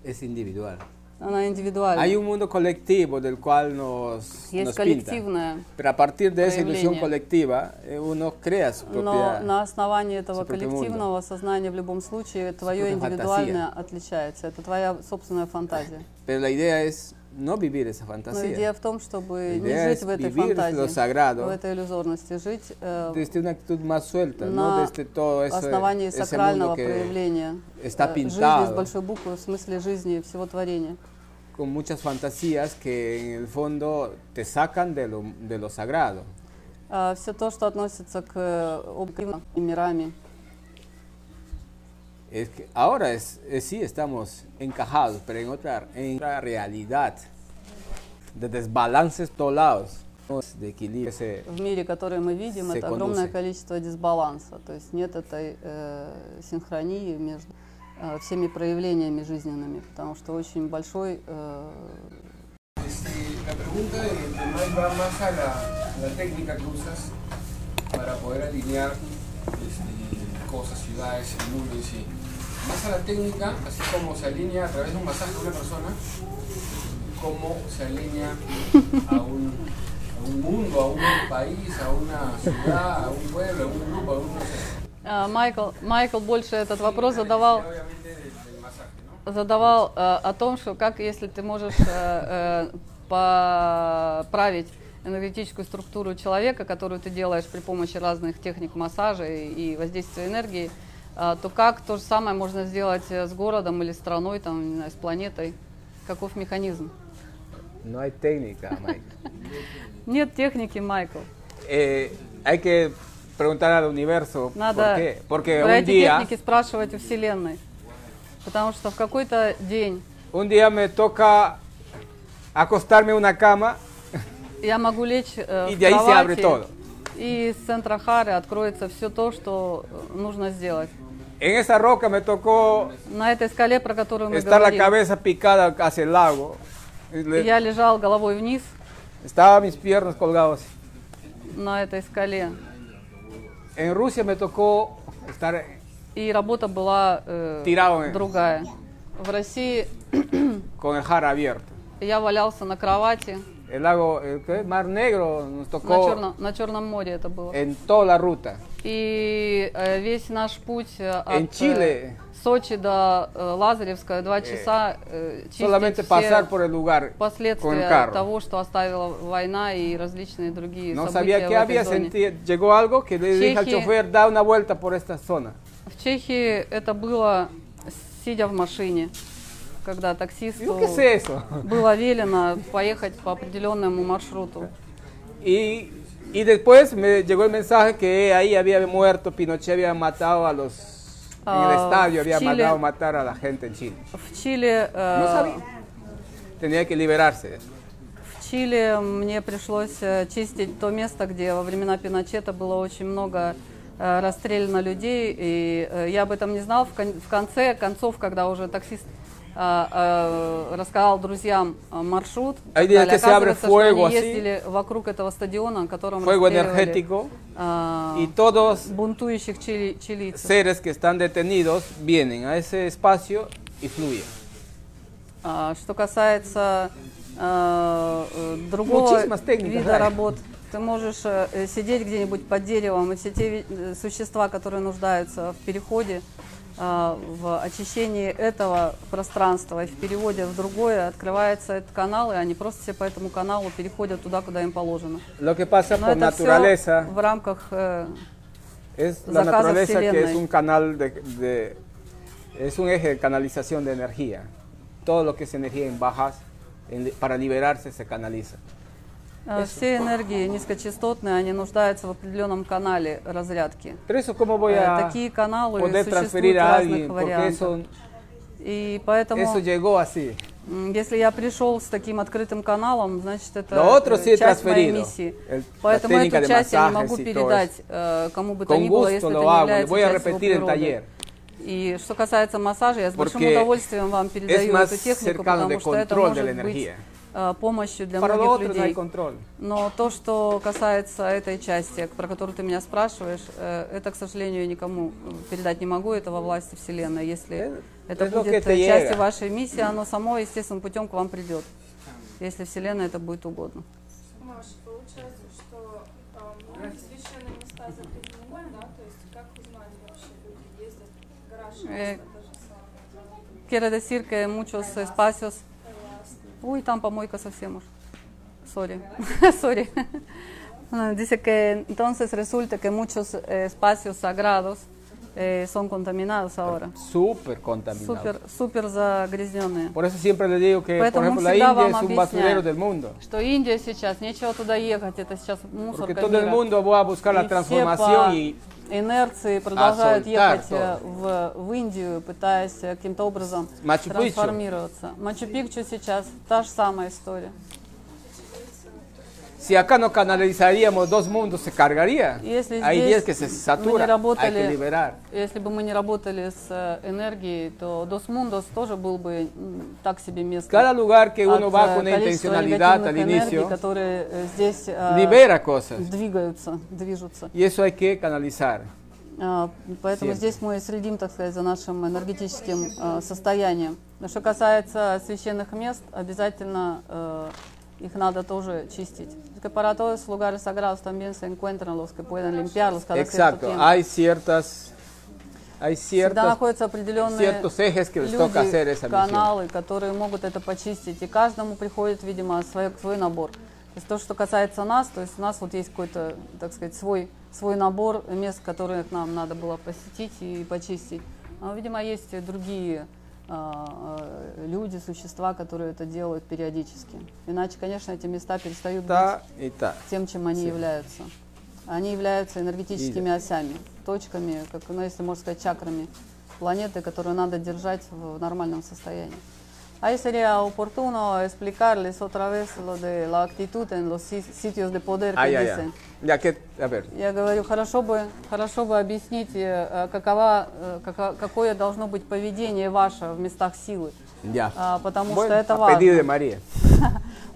S1: Es individual.
S2: Она индивидуальна.
S1: Hay un mundo colectivo del cual nos,
S2: Y es
S1: nos pinta.
S2: colectivное
S1: Pero a partir de esa ilusión
S2: проявление.
S1: colectiva, eh, uno crea su
S2: Но
S1: propia...
S2: на основании этого
S1: su propio mundo.
S2: коллективного сознания в любом случае твое
S1: propia
S2: индивидуальное отличается. Это твоя собственная фантазия.
S1: Pero la idea es no vivir esa
S2: Но Ну, идея
S1: fantasía.
S2: в том, чтобы не
S1: Idea
S2: жить
S1: es
S2: в этой
S1: vivir lo
S2: фантазии,
S1: sagrado.
S2: в этой иллюзорности, жить э,
S1: Desde Este, una actitud más suelta, no
S2: на
S1: desde todo eso,
S2: основании
S1: ese mundo
S2: сакрального
S1: que
S2: проявления.
S1: está
S2: э, жизни
S1: pintado.
S2: с большой буквы, в смысле жизни всего творения.
S1: con muchas fantasías que en el fondo te sacan de lo, de lo sagrado.
S2: все А то, что относится к э, объективным мирами.
S1: Es que ahora es, es- sí estamos encajados, pero en otra, en otra realidad, de desbalances por todos lados, de equilibrio. Ese-
S2: в мире, который мы видим,
S1: Все
S2: это огромное
S1: кондусы.
S2: количество дисбаланса. То есть нет этой э, синхронии между э, всеми проявлениями жизненными, потому что очень большой э,
S11: Este, la pregunta de Tomás va más a la, a la técnica que usas para poder alinear este, cosas, ciudades, el mundo en sí. Más a la técnica, así como se alinea a través de un masaje a una persona, cómo se alinea a un, a un mundo, a un país, a una ciudad, a un pueblo, a un grupo, a un... no sé.
S2: А, Майкл, Майкл больше этот вопрос задавал, задавал э, о том, что как если ты можешь э, э, поправить энергетическую структуру человека, которую ты делаешь при помощи разных техник массажа и, и воздействия энергии, а, то как то же самое можно сделать э, с городом или страной, там, не знаю, с планетой? Каков механизм?
S1: No hay técnica, Mike.
S2: Нет техники, Майкл.
S1: Eh, hay que preguntar al universo por
S2: Надо
S1: qué. Porque
S2: про
S1: un
S2: эти
S1: día,
S2: техники спрашивать у Вселенной. Потому что в какой-то день
S1: un día me toca acostarme en una cama
S2: Я могу лечь э,
S1: Y
S2: в
S1: de ahí se abre
S2: кровати,
S1: todo.
S2: и из центра Хары откроется все то, что э, нужно сделать.
S1: En esa roca me tocó
S2: На этой скале, про которую мы
S1: estar la
S2: говорили,
S1: cabeza picada hacia el lago. Y le-
S2: я лежал головой вниз
S1: Estaba mis piernas colgadas.
S2: на этой скале,
S1: En Rusia me tocó estar
S2: и работа была э,
S1: Тирауэ.
S2: другая. В России [clears throat]
S1: con el jara abierto.
S2: я валялся на кровати,
S1: El lago, eh, ¿qué? Mar Negro, nos
S2: на
S1: tocó
S2: Черном, на Черном море это было.
S1: en toda la ruta.
S2: И э, весь наш путь э, от
S1: En
S2: э,
S1: Chile.
S2: Сочи до э, Лазаревска два часа э, чистить
S1: Solamente
S2: все
S1: pasar por el lugar con el
S2: последствия
S1: carro.
S2: того, что оставила война и различные другие
S1: No
S2: события
S1: sabía
S2: в
S1: qué había
S2: этой зоне.
S1: sentido. Llegó algo que le dije al
S2: Cheje.
S1: chofer, da una vuelta por esta zona.
S2: В Чехии это было сидя в машине, когда таксисту
S1: ¿Qué es eso?
S2: было велено поехать по определенному маршруту.
S1: Y, y después me llegó el mensaje que ahí había muerto, Pinochet había matado a los... En el
S2: Ah,
S1: estadio había
S2: Chile.
S1: mandado matar a la gente en Chile.
S2: В Чили, э,
S1: No sabía. Tenía que liberarse.
S2: в Чили мне пришлось э, чистить то место, где во времена Пиночета было очень много э, расстреляно людей, и э, я об этом не знал. В, кон- в конце концов, когда уже таксист э, э, рассказал друзьям э, маршрут,
S1: Ahí
S2: сказали,
S1: dice que se abre
S2: оказывается, что они
S1: fuego así.
S2: ездили вокруг этого стадиона, на котором
S1: Fuego
S2: расстреливали,
S1: energético.
S2: э,
S1: Y todos
S2: бунтующих чили- чилийцев.
S1: seres que están detenidos vienen a ese espacio y fluyen.
S2: А, Что касается э, э, другого
S1: Muchísimas técnicas,
S2: вида
S1: да.
S2: работ, ты можешь э, э, сидеть где-нибудь под деревом, и все те ви- э, существа, которые нуждаются в переходе, э, в очищении этого пространства и в переводе в другое, открывается этот канал, и они просто все по этому каналу переходят туда, куда им положено.
S1: Lo que pasa
S2: Но
S1: por
S2: это всё
S1: naturaleza
S2: в рамках э,
S1: es la
S2: Zacaza
S1: naturaleza que es
S2: Vселенной.
S1: un canal de, de- es un eje de canalización de energía. Todo lo que es energía en bajas en- para liberarse se canaliza.
S2: э, все энергии низкочастотные, они нуждаются в определенном канале разрядки.
S1: Pero eso cómo voy
S2: Э,
S1: a
S2: Такие каналы
S1: poder
S2: существуют
S1: transferir
S2: в
S1: a
S2: разных
S1: alguien porque
S2: вариантах.
S1: eso
S2: И И поэтому...
S1: Eso llegó así.
S2: м, Если я пришел с таким открытым каналом, значит, это
S1: Lo otro
S2: э,
S1: sí he
S2: часть моей
S1: transferido.
S2: миссии.
S1: El- la
S2: Поэтому
S1: técnica
S2: эту
S1: de
S2: часть я не
S1: masajes
S2: могу
S1: y todo
S2: передать
S1: eso.
S2: э, кому бы то
S1: Con
S2: ни было, если
S1: gusto
S2: это
S1: lo
S2: не
S1: hago. Le
S2: является
S1: voy a
S2: частью его
S1: repetir el
S2: природы.
S1: taller.
S2: И что касается массажа, я с большим
S1: Porque
S2: удовольствием вам передаю
S1: más
S2: эту технику,
S1: cercano de
S2: потому что это
S1: control de la
S2: может быть
S1: energía.
S2: э, помощью для
S1: Para lo
S2: многих
S1: otro no hay
S2: людей.
S1: control.
S2: Но то, что касается этой части, про которую ты меня спрашиваешь, э, это, к сожалению, никому э, передать не могу, это во власти Вселенной. Если это
S1: es lo que
S2: будет
S1: te
S2: э, частью
S1: llega.
S2: вашей миссии, оно само естественным путем к вам придет, если Вселенная это будет угодно.
S10: Маша, получается, что э, многие священные места запрещены, да? То есть как узнать вообще, люди ездят в гараж,
S2: Э,
S10: это же самое.
S2: Quiero decir que muchos espacios... Uy, там помойка совсем уж. [laughs] Sorry. Sorry. Bueno, Dice que entonces resulta que muchos eh, espacios sagrados eh, son contaminados ahora.
S1: Súper contaminado.
S2: Súper, súper загрязненные.
S1: Por eso siempre le digo que, por
S2: Поэтому
S1: ejemplo, la
S2: всегда
S1: India
S2: вам
S1: es un
S2: объясняю.
S1: basurero del mundo.
S2: Что Индия сейчас, нечего туда ехать, это сейчас мусорка
S1: Porque todo el
S2: мира.
S1: mundo va a buscar la
S2: И все
S1: transformación y
S2: по
S1: А,
S2: инерции продолжают
S1: soltar
S2: ехать
S1: todo.
S2: э, в, в Индию, пытаясь э, каким-то образом
S1: Мачу-Пикчу.
S2: трансформироваться. Мачу-Пикчу сейчас та же самая история.
S1: si acá no canalizaríamos dos mundos, se cargaría.
S2: Если
S1: Hay
S2: здесь
S1: días que se
S2: мы не
S1: satura, hay que
S2: работали,
S1: а liberar.
S2: если бы мы не работали с э, энергией, то Dos Mundos тоже был бы м, так себе место.
S1: Cada lugar que uno
S2: От,
S1: va
S2: э,
S1: con una
S2: количества
S1: intencionalidad
S2: негативных
S1: al
S2: энергий,
S1: inicio,
S2: которые э, здесь э,
S1: libera cosas.
S2: двигаются, движутся.
S1: Y eso hay que canalizar.
S2: А, Поэтому
S1: Всем.
S2: здесь мы следим, так сказать, за нашим энергетическим э, состоянием. Но что касается священных мест, обязательно э, их надо тоже чистить. Porque Para todos los lugares sagrados también se encuentran los que pueden limpiarlos cada cierto
S1: Exacto,
S2: tiempo.
S1: hay ciertas, hay
S2: Всегда
S1: ciertas,
S2: находятся определенные
S1: ciertos ejes que les
S2: люди,
S1: toca hacer esa misión.
S2: каналы, которые могут это почистить. И каждому приходит, видимо, свой, свой набор. То есть то, что касается нас, то есть у нас вот есть какой-то, так сказать, свой, свой набор мест, которые нам надо было посетить и почистить. Но, видимо, есть и другие а, э, люди, существа, которые это делают периодически. Иначе, конечно, эти места перестают
S1: Та
S2: быть
S1: и та.
S2: тем, чем они
S1: Всем.
S2: являются. Они являются энергетическими
S1: Видят.
S2: осями, точками, как, ну, если можно сказать, чакрами планеты, которую надо держать в нормальном состоянии. А Ahí sería oportuno explicarles otra vez lo de la actitud en los si- sitios de poder que
S1: Ay, ay,
S2: dicen.
S1: ay. Ya que, a ver,
S2: Я говорю, хорошо бы, хорошо бы объяснить, э, какова, э, кака- какое должно быть поведение ваше в местах силы.
S1: ya.
S2: А, потому
S1: Bueno,
S2: что это
S1: a pedido de
S2: важно.
S1: María.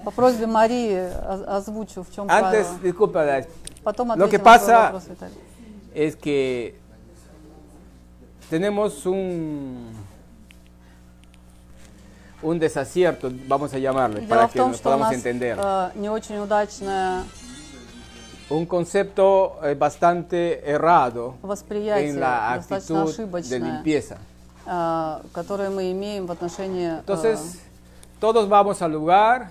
S2: По просьбе Марии о- озвучу, в чем правило.
S1: Antes, disculpa, la-
S2: Потом
S1: lo que
S2: ответим на твой
S1: pasa
S2: вопрос, Виталий.
S1: es que tenemos un un desacierto, vamos a llamarle,
S2: Дело
S1: para
S2: в
S1: que
S2: том,
S1: nos
S2: что у
S1: podamos
S2: нас
S1: entender.
S2: э, не очень удачное
S1: Un concepto eh, bastante errado
S2: восприятие,
S1: en la
S2: достаточно
S1: actitud de
S2: ошибочное,
S1: limpieza.
S2: э, которое мы имеем в отношении э,
S1: Entonces, todos vamos al lugar.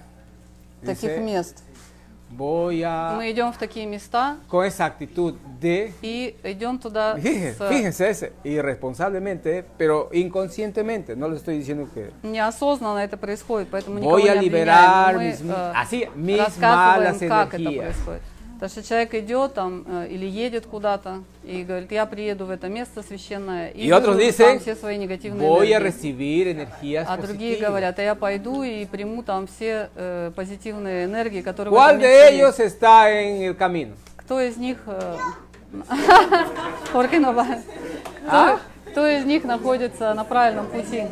S2: таких
S1: dice, а,
S2: мест.
S1: Voy a...
S2: Мы идем в такие места
S1: Con esa actitud
S2: [laughs]
S1: de...
S2: и идем туда
S1: Fíjense,
S2: с
S1: fíjense ese, irresponsablemente, pero inconscientemente, no le estoy diciendo que...
S2: неосознанно это происходит, поэтому никого
S1: Voy
S2: не
S1: a
S2: обвиняем.
S1: liberar
S2: Мы,
S1: mis,
S2: э,
S1: así, mis malas
S2: рассказываем, как это
S1: energías.
S2: происходит. Потому что человек идет там э, или едет куда-то и говорит, я приеду в это место священное и
S1: Y otros
S2: выжгу там
S1: dicen,
S2: все свои негативные
S1: voy a
S2: энергии».
S1: recibir energías
S2: А другие
S1: positivas.
S2: говорят, а я пойду и приму там все э, позитивные энергии, которые... в
S1: ¿Cuál
S2: этом месте
S1: de ellos está en el camino?
S2: есть». Кто из них... э, [laughs] Jorge Nova-
S1: А?
S2: Кто, кто из них находится на правильном пути?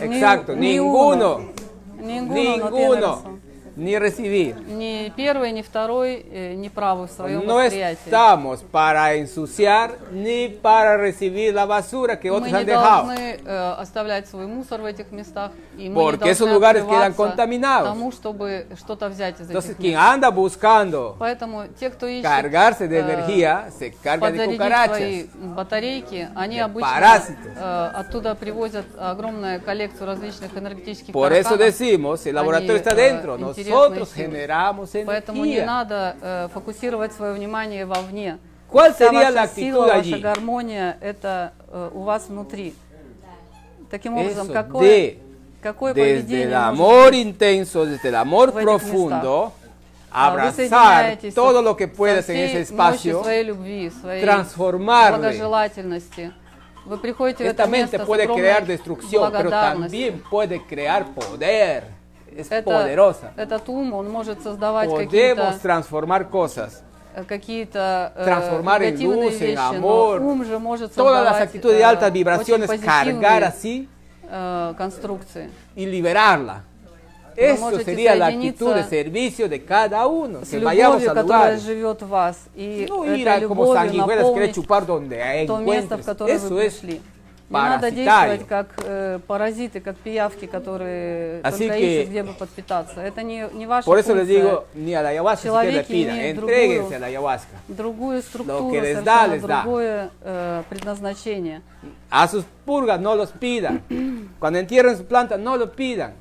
S1: Exacto,
S2: Ни- ни
S1: ninguno,
S2: uno. Ninguno, no tiene
S1: ninguno,
S2: razón.
S1: ni recibir.
S2: Ни первый, ни второй э, не правы в своем
S1: No
S2: восприятии.
S1: estamos para ensuciar ni para recibir la basura que
S2: Мы
S1: otros
S2: не
S1: han dejado.
S2: должны э, оставлять свой мусор в этих местах, и мы не
S1: Porque esos
S2: должны
S1: lugares quedan
S2: открываться
S1: contaminados.
S2: тому, чтобы что-то взять из
S1: Entonces,
S2: этих
S1: quien
S2: мест.
S1: anda buscando
S2: Поэтому те, кто ищет
S1: cargarse de
S2: э,
S1: energía, se carga de
S2: подзарядить свои
S1: cucarachas.
S2: батарейки, они обычно
S1: паразитов.
S2: э, оттуда привозят огромную коллекцию различных энергетических
S1: Por eso
S2: тараканов.
S1: decimos, el laboratorio
S2: Они,
S1: está
S2: э,
S1: dentro,
S2: интересные
S1: nosotros
S2: силы.
S1: generamos
S2: Поэтому не
S1: energía.
S2: надо э, фокусировать свое внимание вовне.
S1: ¿Cuál
S2: Вся
S1: sería la
S2: ваша
S1: actitud
S2: сила, ваша
S1: allí?
S2: гармония, это э, у вас внутри. Таким
S1: Eso
S2: образом, какое,
S1: de,
S2: какое
S1: desde
S2: поведение
S1: el
S2: может
S1: amor intenso, desde el amor
S2: этих
S1: profundo,
S2: Ah,
S1: abrazar
S2: А соединяетесь
S1: todo lo que puedas
S2: со
S1: en ese
S2: всей мощью
S1: espacio,
S2: своей любви, своей
S1: transformarle.
S2: благожелательности, Вы приходите в
S1: Esta
S2: это
S1: mente
S2: место с
S1: puede
S2: огромной
S1: crear destrucción, pero
S2: благодарностью.
S1: también puede crear poder. Es
S2: Это-
S1: poderosa.
S2: Этот ум, он может создавать
S1: Podemos
S2: какие-то
S1: transformar cosas,
S2: э, какие-то э,
S1: transformar en
S2: негативные
S1: luz, en
S2: вещи, но
S1: amor.
S2: ум же может
S1: Todas las
S2: создавать,
S1: actitudes de
S2: э,
S1: altas
S2: очень
S1: vibraciones,
S2: позитивные,
S1: cargar así
S2: э, конструкции.
S1: y liberarla.
S2: Вы
S1: Eso
S2: можете
S1: sería la
S2: соединиться
S1: actitud de servicio de cada uno.
S2: С
S1: Que vayamos
S2: любовью,
S1: al
S2: которая
S1: lugar. Ну,
S2: живет в вас. И
S1: No ir
S2: этой
S1: a- como
S2: любовью
S1: sanguijuelas, querer
S2: наполнить
S1: chupar donde
S2: то место, в
S1: encuentres.
S2: которое
S1: Eso
S2: вы
S1: es
S2: пришли. Не надо действовать
S1: parasitario.
S2: как э, паразиты, как пиявки, которые
S1: Así
S2: только
S1: que-
S2: ищут, где бы подпитаться. Это не, не ваша
S1: Por eso les
S2: функция.
S1: digo, ni a la ayahuasca se le
S2: Человек
S1: pida,
S2: имеет
S1: entréguense
S2: другую-
S1: a la ayahuasca.
S2: другую структуру,
S1: que les da,
S2: совершенно
S1: les da.
S2: другое э, предназначение.
S1: A sus purgas no los pidan. Cuando entierren su planta, no lo pidan.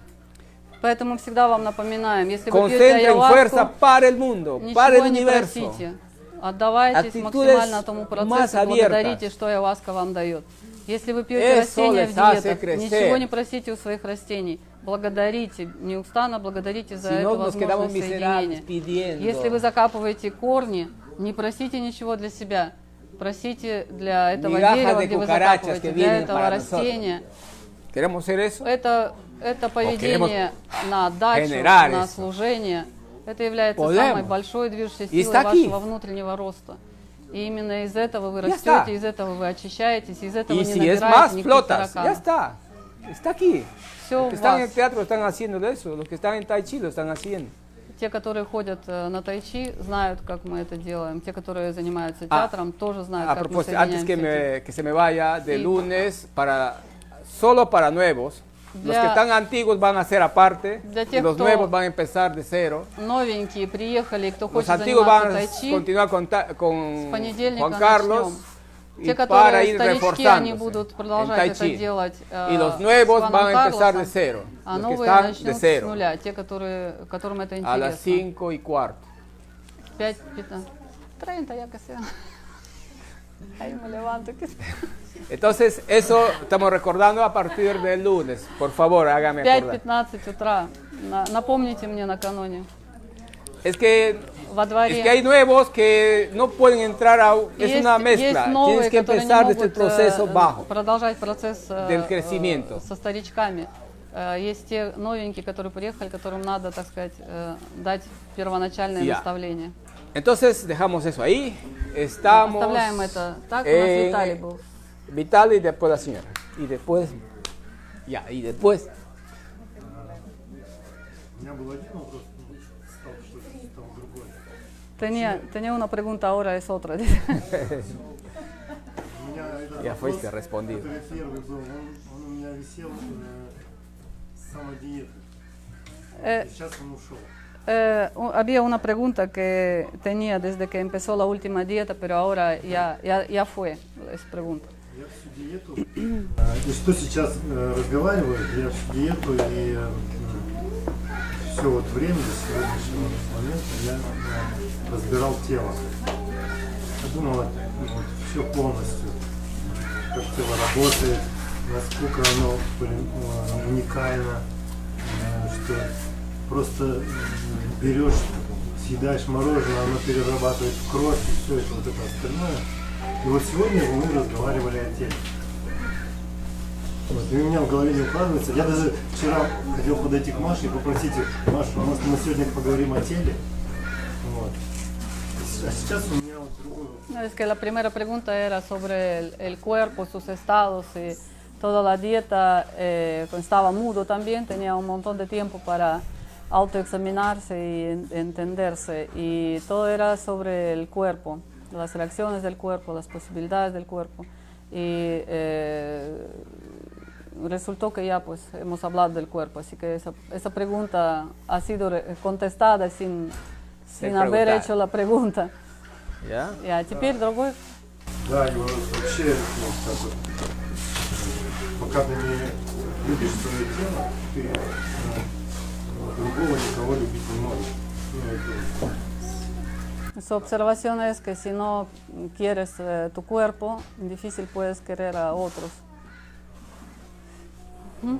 S2: Поэтому всегда вам напоминаем, если вы пьете
S1: Concentren fuerza
S2: айаваску,
S1: para el mundo, para el
S2: ничего не
S1: universo.
S2: просите. Отдавайтесь
S1: Actitudes
S2: максимально тому
S1: más
S2: процессу и
S1: abiertas.
S2: благодарите, что айаваска вам дает. Если вы пьете
S1: Eso
S2: растения в
S1: les hace
S2: диетах,
S1: crecer.
S2: ничего не просите у своих растений. Благодарите, неустанно благодарите за
S1: Si
S2: это
S1: no, nos quedamos
S2: возможность
S1: miserables
S2: соединения. Если вы
S1: pidiendo.
S2: закапываете корни, не просите ничего для себя. Просите для этого
S1: Migajas
S2: дерева,
S1: de
S2: где вы
S1: cucarachas
S2: закапываете,
S1: que
S2: для
S1: vienen
S2: этого
S1: para nosotros.
S2: растения.
S1: ¿Queremos ser eso?
S2: Это, это поведение на дачу,
S1: generar
S2: на
S1: eso.
S2: служение, это является
S1: Podemos.
S2: самой большой движущей
S1: Y
S2: силой
S1: está aquí.
S2: вашего внутреннего роста. И именно из этого вы
S1: Ya está.
S2: растете, из этого вы очищаетесь, из этого
S1: Y
S2: не
S1: si es
S2: набираете
S1: más,
S2: никаких
S1: flotas. Ya
S2: тараканов.
S1: está. Está aquí.
S2: Все
S1: Los que
S2: у
S1: están en
S2: вас.
S1: el teatro están haciendo eso. Los que están en Tai Chi lo están haciendo.
S2: Те, которые ходят э, на тайчи, знают, как мы это делаем. Те, которые занимаются
S1: А,
S2: театром, тоже знают,
S1: A
S2: как мы
S1: propósito, antes que,
S2: соединяемся.
S1: me- que se me vaya, de
S2: Sí.
S1: lunes para solo para nuevos. Los
S2: Ya.
S1: que están antiguos van a ser aparte.
S2: Ya
S1: y
S2: tiempo.
S1: Los nuevos van a empezar de cero.
S2: Новенькие приехали, кто
S1: Los
S2: хочет
S1: antiguos
S2: заниматься
S1: van a
S2: тайчи,
S1: continuar con, ta- con
S2: С понедельника
S1: Juan Carlos
S2: начнем.
S1: y
S2: Те,
S1: para
S2: которые
S1: ir
S2: старички, они
S1: reforzando.
S2: будут
S1: Tai
S2: продолжать это
S1: Chi.
S2: делать. э,
S1: Y los nuevos
S2: с Хуаном
S1: van a empezar de
S2: Карлосом,
S1: cero.
S2: А
S1: Los que
S2: новые
S1: están de
S2: начнут с
S1: cero.
S2: нуля, те, которые, которым это
S1: A las
S2: интересно.
S1: 5 y cuarto.
S2: 5, 15. 30, я
S1: [laughs]
S2: косила. А им леванту
S1: Entonces, eso estamos recordando a partir del lunes. Por favor, hágame acordar.
S2: 5.15 утра. На- Напомните мне накануне.
S1: Es que,
S2: Во дворе.
S1: es que hay nuevos que no pueden entrar a... Es
S2: Есть-
S1: una
S2: есть
S1: mezcla.
S2: новые,
S1: Tienes que
S2: которые не
S1: empezar desde el
S2: могут, э,
S1: proceso
S2: э,
S1: bajo.
S2: Продолжать процесс э,
S1: del crecimiento.
S2: э, со старичками. Э, Есть те новенькие, которые приехали, которым надо, так сказать, э, дать первоначальное
S1: Ya.
S2: наставление.
S1: Entonces, dejamos eso ahí. Estamos...
S2: Оставляем это так. У нас
S1: en-
S2: Виталий был.
S1: Vitali y después la señora. Y después... Ya, y después... [laughs]
S12: У меня был один вопрос, ну, стал, что ли, стал другой.
S2: Tenía, tenía una pregunta ahora, es otra. [laughs]
S12: У меня этот
S1: Ya
S12: вопрос,
S1: fuiste respondido.
S12: который первый был, Ну, он, он у меня висел э, с самой диеты.
S2: Э.
S12: И сейчас он ушел.
S2: Eh, u- había una pregunta que tenía desde que empezó la última dieta, pero ahora ya, ya, ya fue esa pregunta.
S12: Я всю диету, э, и что сейчас э, разговариваю, я всю диету и все вот время до сегодняшнего момента я э, разбирал тело. Я думал, вот, все полностью, как тело работает, насколько оно блин, э, уникально, э, что просто м, берешь, съедаешь мороженое, оно перерабатывает в кровь и все это вот это остальное. И вот сегодня мы разговаривали о теле. Вот, и у меня в голове не укладывается. Я даже вчера хотел подойти к Маше и попросить их, Маша, может мы сегодня поговорим о теле? Вот. А сейчас у меня вот другой вопрос.
S2: No, es que la primera pregunta era sobre el, el cuerpo, sus estados y toda la dieta. eh, estaba mudo también, tenía un montón de tiempo para autoexaminarse y en- entenderse. Y todo era sobre el cuerpo, las reacciones del cuerpo, las posibilidades del cuerpo. Y eh, resultó que ya pues hemos hablado del cuerpo, así que esa, esa pregunta ha sido re- contestada sin,
S1: Sin
S2: sin haber
S1: preguntar.
S2: hecho la pregunta.
S1: ¿Ya?
S2: Ya, теперь другой
S12: Да, и вот вообще, ну, как вот, пока ты не любишь свое тело, ты э, другого никого любить не можешь. Ну, это вот.
S2: Su observación es que si no quieres eh, tu cuerpo, difícil puedes querer a otros. М?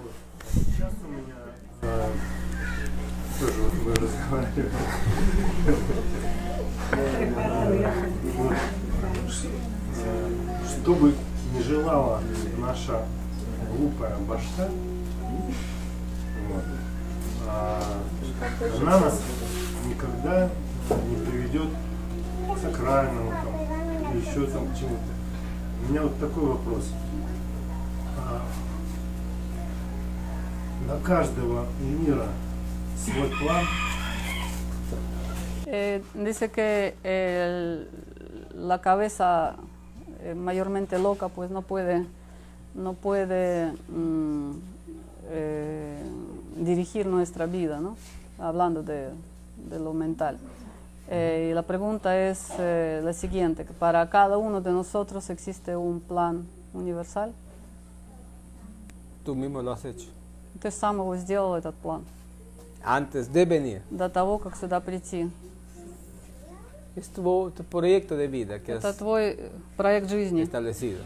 S12: Сейчас у меня э, тоже вот мы разговариваем. Э, вот, э, Чтобы не желала наша глупая башка, вот, а, она нас никогда не приведет к сакральному там, или еще там к чему-то. У меня вот такой вопрос. А, на каждого мира свой план
S2: Eh, dice que el- la cabeza eh, mayormente loca pues no puede, no puede mm, eh, dirigir nuestra vida, ¿no? hablando de, de lo mental. Eh, y la pregunta es eh, la siguiente, que para cada uno de nosotros existe un plan universal.
S1: Tú mismo lo has hecho.
S2: Ты сам его сделал, этот план,
S1: Antes de venir.
S2: до того, как сюда прийти.
S1: Es tu, tu proyecto de vida que
S2: Это
S1: has
S2: твой э, проект жизни,
S1: establecido.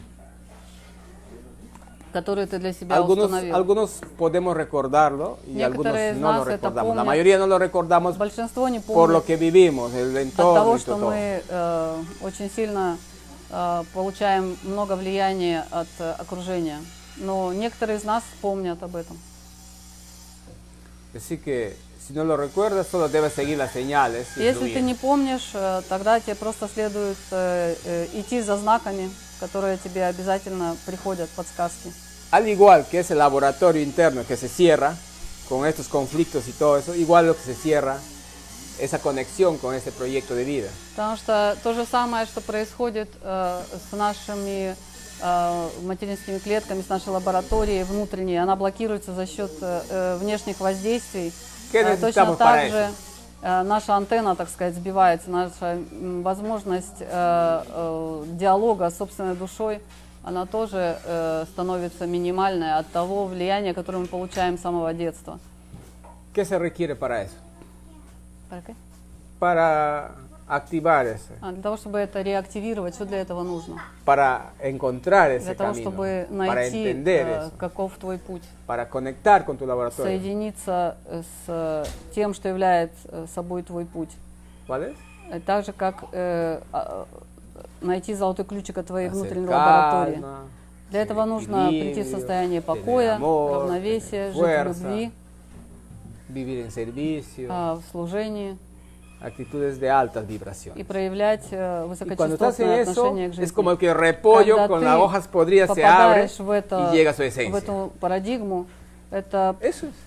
S2: который ты для себя
S1: Algunos,
S2: установил.
S1: algunos podemos recordarlo y algunos
S2: Некоторые из
S1: no lo
S2: нас это
S1: recordamos. La
S2: помнят.
S1: mayoría no lo recordamos
S2: Большинство не
S1: por lo
S2: помнит
S1: que vivimos, el
S2: от
S1: entorno
S2: того,
S1: y
S2: что
S1: todo.
S2: мы э, очень сильно э, получаем много влияния от э, окружения. Но некоторые из нас помнят об этом.
S1: Así que si no lo recuerdas, solo debes seguir las señales. y
S2: Если ты
S1: fluir.
S2: не помнишь, э, тогда тебе просто следует э, э, идти за знаками, которые тебе обязательно приходят, подсказки.
S1: Al igual que ese laboratorio interno que se cierra con estos conflictos y todo eso, igual lo que se cierra, esa conexión con ese proyecto de vida.
S2: Потому что то же самое, что происходит э, с нашими э, материнскими клетками, с нашей лабораторией внутренней, она блокируется за счет э, э, внешних воздействий.
S1: ¿Qué
S2: Э, Точно
S1: necesitamos para
S2: так же э, наша антенна, так сказать, сбивается, наша м, возможность э, э, диалога с собственной душой, она тоже э, становится минимальной от того влияния, которое мы получаем с самого детства.
S1: ¿Qué se requiere para eso?
S2: Так, э?
S1: Para activar eso,
S2: А Для того, чтобы это реактивировать, что для этого нужно?
S1: para encontrar
S2: Для
S1: ese
S2: того,
S1: camino,
S2: чтобы
S1: para
S2: найти,
S1: entender
S2: э,
S1: eso,
S2: каков твой путь.
S1: para conectar con tu laboratorio.
S2: соединиться э, с э, тем, что является э, собой твой путь.
S1: ¿Vale?
S2: Э, Так же, как э, а, э, найти золотой ключик от твоей
S1: Hacer
S2: внутренней
S1: calma,
S2: лаборатории. Для этого нужно прийти в
S1: equilibrio,
S2: состояние
S1: tener
S2: покоя,
S1: amor,
S2: равновесия, жить в
S1: fuerza,
S2: любви,
S1: Vivir en servicio,
S2: а, в служении
S1: actitudes de altas vibraciones.
S2: и проявлять э,
S1: Y cuando estás
S2: высокочувствительное
S1: en eso,
S2: отношение к жизни.
S1: es como el que repollo
S2: Когда
S1: con
S2: ты
S1: las hojas podridas se abre
S2: попадаешь в, это,
S1: y llega a su
S2: в
S1: esencia.
S2: эту парадигму, это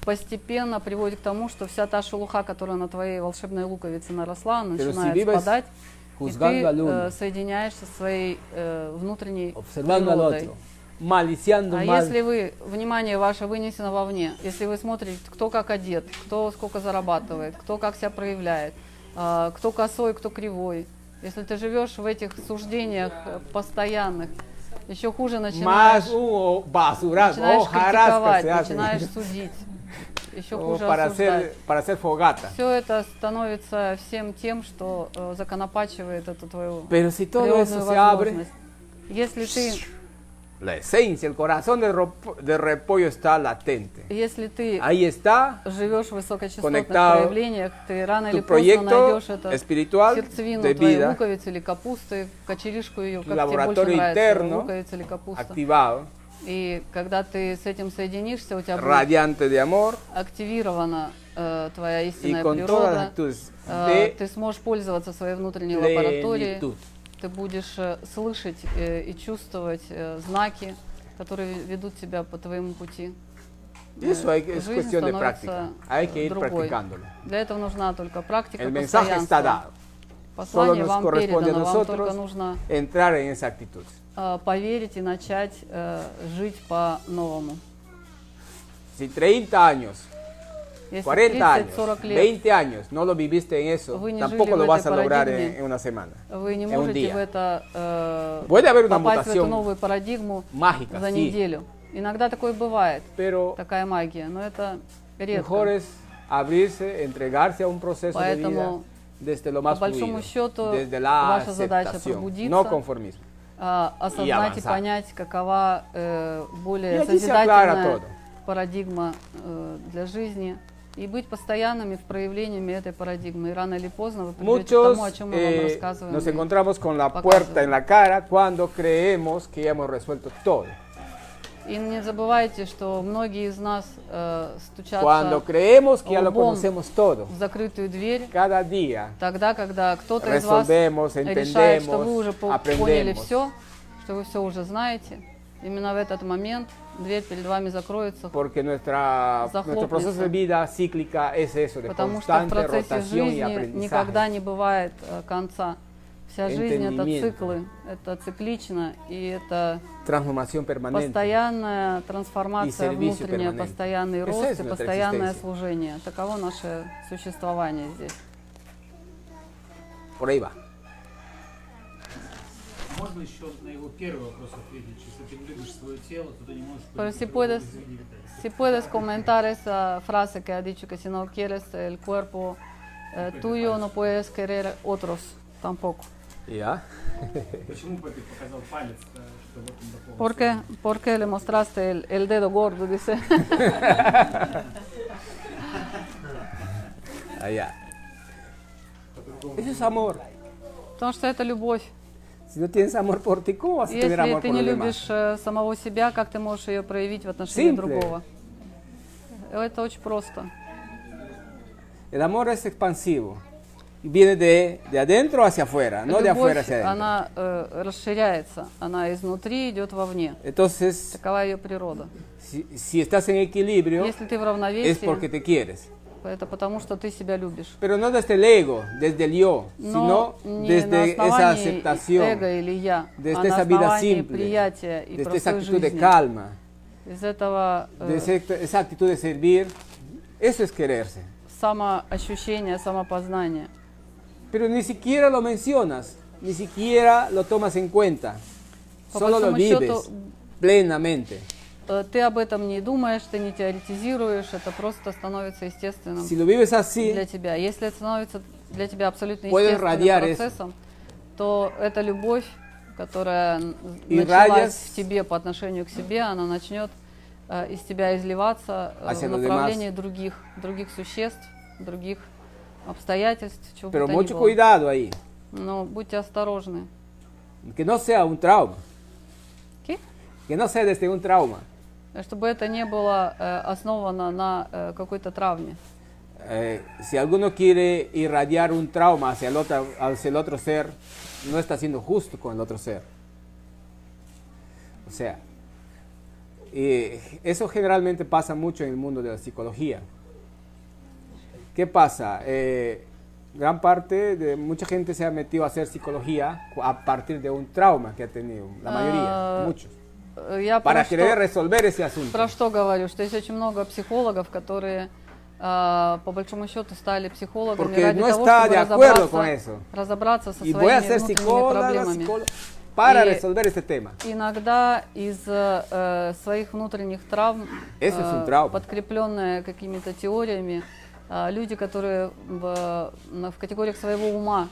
S2: постепенно приводит к тому, что вся та шелуха, которая на твоей волшебной луковице наросла, она
S1: Pero si
S2: начинает
S1: vives
S2: спадать, и ты
S1: juzgando al uno.
S2: э, соединяешься со своей э, внутренней
S1: Observando al
S2: природой.
S1: otro, maliciando
S2: А
S1: mal,
S2: если вы, внимание ваше вынесено вовне, если вы смотрите, кто как одет, кто сколько зарабатывает, кто как себя проявляет, а, кто косой, кто кривой, если ты живешь в этих суждениях э, постоянных, еще хуже начинаешь,
S1: más un basural,
S2: начинаешь
S1: hojarasca
S2: критиковать,
S1: se
S2: начинаешь
S1: [laughs] hace,
S2: судить, еще
S1: como
S2: хуже
S1: para
S2: осуждать.
S1: hacer, para hacer fogata.
S2: Все это становится всем тем, что э, законопачивает эту твою
S1: Pero si todo
S2: природную
S1: eso se abre-
S2: возможность. Если ты
S1: La esencia, el corazón del ropo- del repollo está latente.
S2: Если ты
S1: Ahí está
S2: живешь в высокочастотных
S1: conectado
S2: проявлениях, ты рано или
S1: tu
S2: поздно
S1: proyecto
S2: найдешь это
S1: espiritual
S2: сердцевину
S1: de
S2: твоей
S1: vida.
S2: луковицы или капусты, кочеришку ее, как тебе больше
S1: laboratorio
S2: нравится,
S1: interno
S2: луковица или капуста.
S1: activado,
S2: И когда ты с этим соединишься, у тебя будет
S1: radiante de amor,
S2: активирована э, твоя истинная
S1: con todas las
S2: природа,
S1: actitudes
S2: э,
S1: de
S2: ты сможешь пользоваться своей внутренней лабораторией,
S1: plenitud.
S2: ты будешь э, слышать э, и чувствовать э, знаки, которые ведут тебя по твоему пути.
S1: Y eso
S2: Э,
S1: hay que- pues es
S2: жизнь
S1: cuestión de
S2: становится,
S1: práctica. Hay que
S2: э,
S1: ir
S2: другой.
S1: practicándolo.
S2: Для этого нужна только практика,
S1: El mensaje está
S2: постоянство.
S1: dado.
S2: Послание
S1: Solo nos
S2: вам
S1: corresponde a
S2: передано, вам только
S1: nosotros
S2: нужно
S1: entrar en esa actitud.
S2: э, поверить и начать э, жить по-новому.
S1: Si 30 años,
S2: Если
S1: 40 años,
S2: 30-40 лет
S1: 20 años no lo viviste en eso,
S2: Вы не
S1: tampoco
S2: жили
S1: lo
S2: в
S1: vas a
S2: этой
S1: lograr en,
S2: парадигме.
S1: en una semana,
S2: вы не
S1: en un
S2: можете в
S1: día.
S2: это э,
S1: Puede haber una
S2: попасть в эту
S1: mutación
S2: новую парадигму
S1: mágica,
S2: за
S1: sí.
S2: неделю. Иногда такое бывает, такая магия, но это
S1: Mejor
S2: редко.
S1: es abrirse, entregarse a un proceso de vida
S2: Поэтому,
S1: desde lo
S2: По
S1: más
S2: большому
S1: fluido,
S2: счету,
S1: desde la
S2: ваша задача
S1: aceptación,
S2: пробудиться,
S1: no конформismo.
S2: а,
S1: И
S2: осознать и
S1: avanzar.
S2: понять, какова э,
S1: Y
S2: более
S1: aquí se aclara todo.
S2: созидательная парадигма э, для жизни, и быть постоянными в проявлениями этой парадигмы. И рано или поздно вы придете к
S1: Muchos
S2: тому, о чем мы
S1: eh,
S2: вам рассказываем.
S1: nos
S2: и
S1: encontramos con la
S2: показываем.
S1: puerta en la cara cuando creemos que ya hemos resuelto todo.
S2: И не забывайте, что многие из нас э, стучатся
S1: Cuando creemos que ya lo
S2: лбом
S1: conocemos todo,
S2: в закрытую дверь,
S1: cada día
S2: тогда, когда кто-то из вас
S1: resolvemos,
S2: решает, что вы уже
S1: entendemos,
S2: по- поняли
S1: aprendemos.
S2: все, что вы все уже знаете, именно в этот момент дверь перед вами закроется,
S1: Porque nuestra, nuestro
S2: Захлопнется.
S1: proceso de vida cíclica es eso, de
S2: потому что в
S1: constante
S2: процессе
S1: rotación y
S2: жизни
S1: aprendizaje.
S2: никогда не бывает э, конца. Вся жизнь это
S1: Entendimiento.
S2: циклы, это циклично, и это
S1: Transformación permanente.
S2: Постоянная
S1: И
S2: трансформация
S1: сервису
S2: внутренняя,
S1: перманентно.
S2: постоянный
S1: Это
S2: рост и
S1: сознательная
S2: постоянное
S1: экзистенция.
S2: служение. Таково наше существование здесь.
S1: Por ahí va.
S3: Можно еще на его первый вопрос ответить? Если ты не любишь свое тело, то ты не можешь...
S2: Pero si puedes, si puedes comentar esa frase que ha dicho que si no quieres el cuerpo eh, tuyo, no puedes querer otros tampoco.
S1: Ya.
S3: Почему бы ты показал палец, э, что вот он такого?
S2: ¿Por qué, por qué le mostraste el, el dedo gordo? Dice. [laughs]
S1: Allá. Eso es amor.
S2: Потому что это любовь.
S1: Si no tienes amor por ti, ¿cómo vas a tener
S2: Если
S1: amor
S2: ты
S1: por
S2: не
S1: los demás?
S2: любишь э, самого себя, как ты можешь ее проявить в отношении
S1: Simple.
S2: другого? Это очень просто.
S1: El amor es expansivo. Y Viene de, de adentro hacia afuera, no de afuera
S2: Любовь,
S1: hacia adentro.
S2: она э, расширяется, она изнутри идет вовне.
S1: Entonces,
S2: Такова ее природа.
S1: si, si estás en equilibrio,
S2: Если ты в
S1: es porque
S2: равновесии,
S1: te quieres.
S2: это потому, что ты себя любишь.
S1: Pero no desde el ego, desde el yo,
S2: Но
S1: sino
S2: не на
S1: desde esa
S2: основании
S1: aceptación,
S2: эго или я,
S1: desde
S2: а на
S1: esa vida
S2: основании
S1: simple,
S2: приятия и
S1: desde esa
S2: простой
S1: actitud de
S2: жизни.
S1: calma,
S2: Из этого э,
S1: de ese- esa actitud de servir. Eso es quererse.
S2: самоощущение, самопознание.
S1: Pero ni siquiera lo mencionas, ni siquiera lo tomas en cuenta.
S2: По
S1: Solo lo
S2: большому счету,
S1: vives plenamente.
S2: э, ты об этом не думаешь, ты не теоретизируешь, это просто становится естественным
S1: Si lo vives así,
S2: для тебя. Если это становится для тебя абсолютно
S1: Puedes radiar
S2: естественным
S1: eso.
S2: процессом, то это любовь, которая н-
S1: Y
S2: началась
S1: radias-
S2: в тебе по отношению к себе, она начнет э, из тебя изливаться э,
S1: Hacia
S2: в
S1: los demás.
S2: направлении других, других существ, других обстоятельств, чего бы
S1: pero
S2: то ни
S1: mucho
S2: было.
S1: cuidado ahí,
S2: Но будьте осторожны.
S1: que no sea un trauma.
S2: ¿Qué?
S1: Que no sea desde un trauma.
S2: Чтобы это не было э, основано на э, какой-то травме.
S1: Eh, si alguno quiere irradiar un trauma hacia el, otro, hacia el otro ser, no está siendo justo con el otro ser. O sea, eh, eso generalmente pasa mucho en el mundo de la psicología. ¿Qué pasa? Eh, gran parte de mucha gente se ha metido a hacer psicología a partir de un trauma que ha tenido, la mayoría,
S2: Э,
S1: muchos,
S2: э, Я
S1: para
S2: про что-
S1: querer resolver ese asunto.
S2: про что говорю, что есть очень много психологов, которые а, по большому счету стали психологами
S1: Porque
S2: ради
S1: no
S2: того,
S1: está
S2: чтобы
S1: de acuerdo
S2: разобраться,
S1: con eso.
S2: разобраться со
S1: Y voy
S2: своими
S1: a ser
S2: внутренними
S1: psicóloga,
S2: проблемами.
S1: psicóloga, para
S2: И
S1: resolver este tema.
S2: Иногда из э, э, своих внутренних травм,
S1: Eso es un trauma.
S2: подкрепленные какими-то теориями, э, люди, которые в, на- в категориях своего ума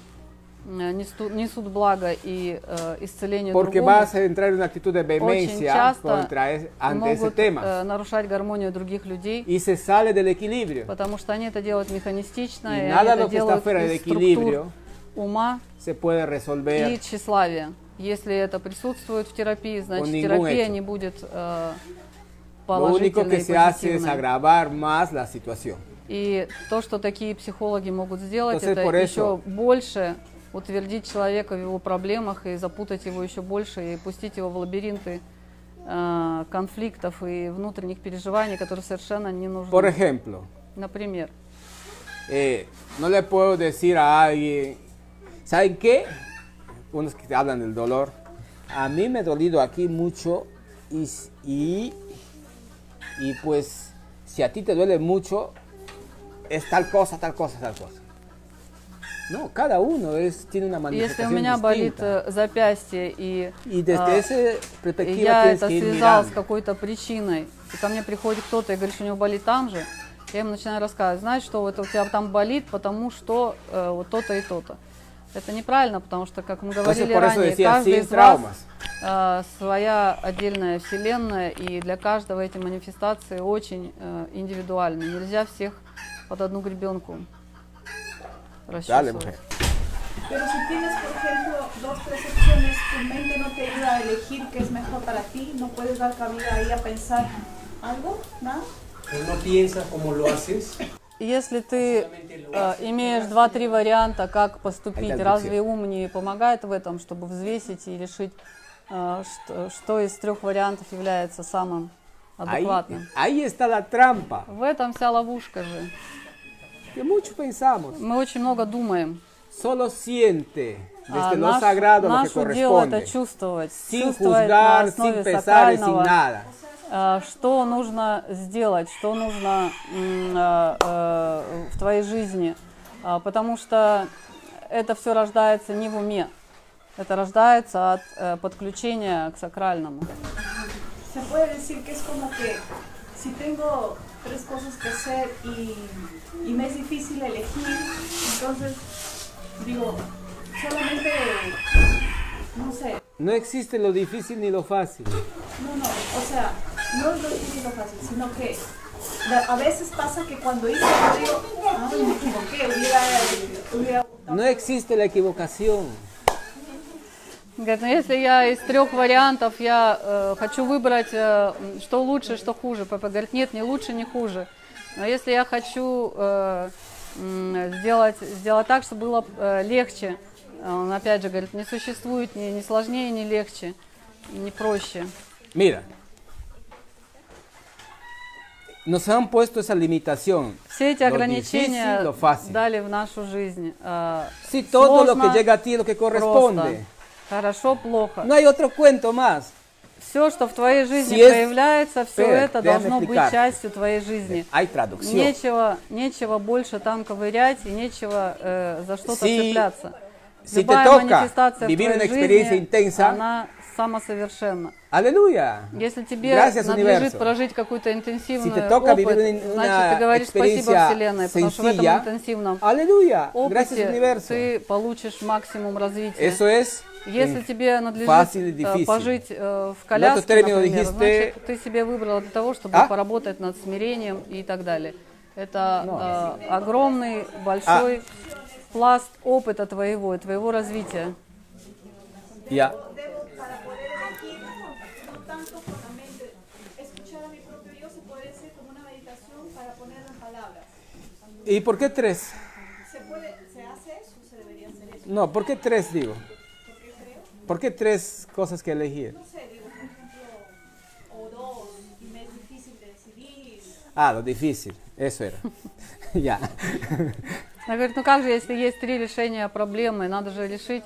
S2: э, несут, несут благо и э, исцеление
S1: Porque
S2: другому,
S1: vas a entrar en una actitud de
S2: очень
S1: vehemencia
S2: часто
S1: contra es- ante ese
S2: могут
S1: tema
S2: э, нарушать гармонию других людей,
S1: y se sale del equilibrio.
S2: потому что они это делают механистично,
S1: Y
S2: и,
S1: nada
S2: они
S1: lo
S2: это
S1: que está
S2: делают
S1: fuera del
S2: из
S1: equilibrio
S2: структур ума
S1: se puede
S2: и
S1: resolver
S2: тщеславия. Если это присутствует в терапии, значит
S1: ningún
S2: терапия
S1: hecho.
S2: не будет э,
S1: Lo único
S2: положительной
S1: que
S2: и
S1: se hace es
S2: позитивной.
S1: agravar más la situación.
S2: И то, что такие психологи могут сделать,
S1: Entonces,
S2: это
S1: por eso-
S2: еще больше утвердить человека в его проблемах и запутать его еще больше и пустить его в лабиринты э, конфликтов и внутренних переживаний, которые совершенно не нужны.
S1: Por ejemplo,
S2: Например,
S1: eh, no le puedo decir a alguien, ¿saben qué? Unos que hablan del dolor. A mí me ha dolido aquí mucho y, s- y, y pues si a ti te duele mucho, es tal cosa, tal cosa, tal cosa. No, cada uno es, tiene
S2: если
S1: una
S2: у
S1: manifestación
S2: меня болит
S1: distinta.
S2: э, запястье и,
S1: Y desde
S2: э,
S1: esa perspectiva
S2: я
S1: tienes
S2: это
S1: que ir
S2: связал с
S1: mirando.
S2: какой-то причиной, и ко мне приходит кто-то и говорит, что у него болит там же, я им начинаю рассказывать, знаешь, что вот у тебя там болит, потому что э, вот то-то и то-то. Это неправильно, потому что, как мы говорили
S1: por eso
S2: ранее,
S1: decía,
S2: каждый
S1: sin
S2: из вас э,
S1: traumas.
S2: своя отдельная вселенная, и для каждого эти манифестации очень э, индивидуальны. Нельзя всех под одну гребенку.
S1: Dale, pues. mujer.
S13: Pero si tienes, por ejemplo, dos, tres opciones, tu mente no te ayuda a elegir qué es mejor para ti, no puedes dar cabida ahí a pensar algo, ¿no?
S14: Pero no piensas cómo lo haces.
S2: Если ты э, имеешь два-три варианта, как поступить,
S14: Опять
S2: разве
S14: букет.
S2: ум не помогает в этом, чтобы взвесить и решить, э, что, что из трех вариантов является самым
S1: Ahí,
S2: адекватным?
S1: ahí está la trampa.
S2: В этом вся ловушка же. Мы очень много думаем.
S1: Solo siente
S2: А
S1: desde lo
S2: наш-
S1: sagrado lo que
S2: наше дело это
S1: corresponde.
S2: чувствовать.
S1: Sin
S2: чувствовать на
S1: juzgar, sin
S2: основе
S1: pesar y sin
S2: сакрального,
S1: nada.
S2: э, Что нужно сделать, что нужно м, э, э, в твоей жизни. А, Потому что это все рождается не в уме. Это рождается от э, подключения к сакральному.
S13: Se puede decir que es como que si tengo tres cosas que hacer y, y me es difícil elegir, entonces digo, solamente, no sé,
S1: No existe lo difícil ni lo fácil.
S13: No, no, o sea, no es lo difícil o fácil, sino que la- a veces pasa que cuando hice algo, digo, ay, me equivoqué, hubiera, hubiera
S1: No existe la equivocación.
S2: Говорит, ну если я из трех вариантов я э, хочу выбрать, э, м, что лучше, что хуже. Папа говорит, нет, не лучше, не хуже. Но если я хочу э, м, сделать, сделать так, чтобы было э, легче, а он опять же говорит, не существует ни, ни сложнее, ни легче, ни проще.
S1: Mira, nos han puesto esa limitación.
S2: Все эти
S1: Lo difícil,
S2: ограничения
S1: lo fácil.
S2: дали в нашу жизнь. э,
S1: Si todo lo
S2: сложно,
S1: que llega a ti es lo que corresponde.
S2: просто. Хорошо, плохо.
S1: No hay otro cuento más.
S2: Все, что в твоей жизни
S1: Si es-
S2: проявляется, все
S1: Espera,
S2: это
S1: déjame
S2: должно быть
S1: explicar.
S2: частью твоей жизни.
S1: Hay traducción.
S2: Нечего, нечего больше там ковырять и нечего э, за что-то
S1: Si-
S2: цепляться.
S1: si te
S2: Любая
S1: toca
S2: манифестация в
S1: vivir una
S2: твоей
S1: experiencia
S2: жизни,
S1: intensa,
S2: она самосовершенна.
S1: Aleluya.
S2: Если тебе
S1: Gracias,
S2: надлежит
S1: universo.
S2: прожить какую-то
S1: Si
S2: интенсивную
S1: te toca
S2: опыт,
S1: vivir una-
S2: значит,
S1: una
S2: ты говоришь спасибо
S1: experiencia
S2: Вселенной, потому что в этом
S1: sencilla,
S2: интенсивном
S1: Gracias,
S2: опыте
S1: universo.
S2: ты получишь максимум развития.
S1: Eso es
S2: Если
S1: en-
S2: тебе надлежит
S1: fácil y
S2: э,
S1: difícil.
S2: пожить э, в
S1: otro
S2: коляске,
S1: término
S2: например,
S1: dijiste-
S2: значит, ты себе выбрала для того, чтобы
S1: А?
S2: поработать над смирением и так далее.
S1: Ну,
S2: Это э, огромный, большой пласт опыта твоего и твоего развития.
S1: Ya.
S13: tanto con la mente. Escuchar a mi propio yo se puede ser como una meditación para poner en palabras.
S1: ¿Y por qué tres?
S13: ¿Se, puede, ¿Se hace eso? ¿Se debería hacer eso?
S1: No, ¿por qué tres digo?
S13: Porque creo,
S1: ¿Por qué tres cosas que elegir?
S13: no sé, digo, por ejemplo, o dos, y me es difícil de decidir.
S1: Ah, lo difícil. Eso era. [laughs] ya.
S2: Она говорит, ну как же, если есть три решения проблемы, надо же решить,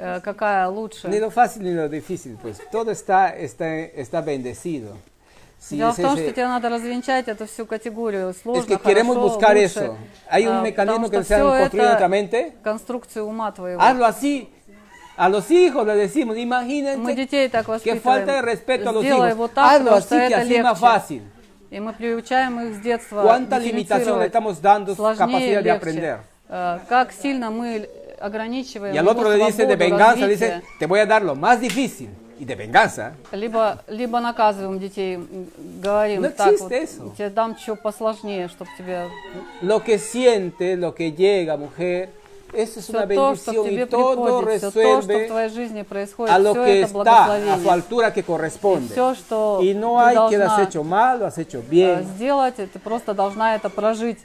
S2: э, какая лучше.
S1: Ni lo fácil ni lo difícil, pues todo está, está, está bendecido. Sí,
S2: Дело
S1: ese-
S2: в том,
S1: ese-
S2: что тебе надо развенчать эту всю категорию сложно,
S1: es que
S2: хорошо,
S1: queremos buscar
S2: лучше,
S1: eso. Hay un
S2: э,
S1: mecanismo
S2: потому
S1: que
S2: что
S1: se han
S2: всё
S1: construido en
S2: это
S1: nuestra mente.
S2: конструкцию ума твоего.
S1: Hazlo así. A los hijos le decimos,
S2: Мы
S1: imagínense
S2: детей так
S1: que
S2: воспитываем.
S1: falta de respeto a los
S2: Сделай
S1: hijos.
S2: вот так,
S1: Hazlo
S2: потому
S1: así
S2: что
S1: que
S2: это
S1: así más
S2: легче.
S1: fácil.
S2: И мы приучаем их с детства
S1: Cuánta limitación
S2: дифференцировать.
S1: le estamos dando su
S2: Сложнее,
S1: capacidad de
S2: легче.
S1: aprender.
S2: Э, Как сильно мы ограничиваем
S1: Y al
S2: его
S1: otro le dice de
S2: свободу
S1: venganza, le
S2: развития.
S1: dice, te voy a dar lo más difícil. Y de venganza.
S2: Либо, либо наказываем детей, м, говорим,
S1: No
S2: так вот,
S1: existe eso.
S2: тебе дам что посложнее, чтобы тебе...
S1: Lo que siente, lo que llega, mujer, eso es una
S2: Все то, что к
S1: bendición
S2: тебе
S1: y todo
S2: приходит, все то, что в
S1: resuelve
S2: твоей жизни происходит,
S1: a lo
S2: все
S1: que
S2: это
S1: está a su
S2: благословение.
S1: altura que
S2: И
S1: corresponde.
S2: все, что
S1: Y no
S2: ты
S1: hay que lo
S2: должна
S1: has hecho mal, lo has hecho
S2: э,
S1: bien.
S2: сделать, и ты просто должна это прожить.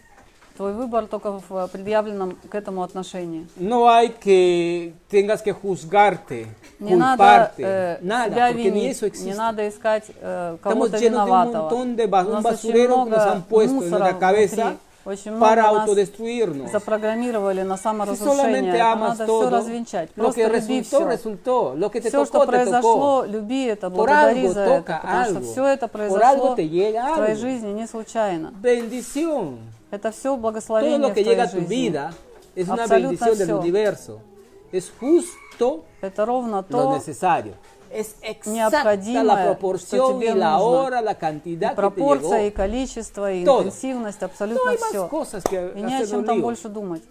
S2: Твой выбор только в э, предъявленном к этому отношении.
S1: No hay que tengas que juzgarte,
S2: Не надо
S1: culparte,
S2: э,
S1: nada,
S2: себя
S1: porque eh, ni
S2: винить,
S1: eso
S2: не
S1: existe.
S2: надо искать э,
S1: Estamos
S2: кого-то
S1: llenos de un
S2: виноватого.
S1: montón de ba-
S2: У
S1: un
S2: нас очень
S1: basurero que nos
S2: много
S1: han puesto en
S2: мусора
S1: la cabeza
S2: внутри. Очень много
S1: para
S2: нас
S1: autodestruirnos.
S2: запрограммировали на
S1: Si
S2: саморазрушение.
S1: solamente
S2: Это
S1: amas
S2: надо все
S1: todo,
S2: развенчать.
S1: lo
S2: Просто
S1: que
S2: люби
S1: resultó,
S2: все.
S1: resultó. Lo que te
S2: Все,
S1: tocó,
S2: что
S1: te
S2: произошло,
S1: tocó.
S2: люби это,
S1: Por
S2: благодари
S1: algo
S2: за это,
S1: toca
S2: потому что
S1: algo.
S2: все это
S1: Por algo
S2: произошло в
S1: te llega
S2: твоей
S1: algo.
S2: жизни не случайно.
S1: Bendición.
S2: Это все
S1: Todo
S2: благословение
S1: lo
S2: в
S1: que
S2: твоей
S1: llega a tu
S2: жизни.
S1: vida es una
S2: Абсолютно
S1: bendición del
S2: всё.
S1: universo. Es justo
S2: Это ровно
S1: lo
S2: то,
S1: necesario. Es exacta la
S2: необходимое, что
S1: proporción y
S2: тебе
S1: la
S2: нужно.
S1: hora, la cantidad
S2: И
S1: que te llegó.
S2: пропорция, и количество, и
S1: Todo.
S2: интенсивность,
S1: No
S2: абсолютно
S1: hay más
S2: все.
S1: cosas que
S2: И не о
S1: hacer
S2: чем
S1: un
S2: там
S1: lío.
S2: больше думать.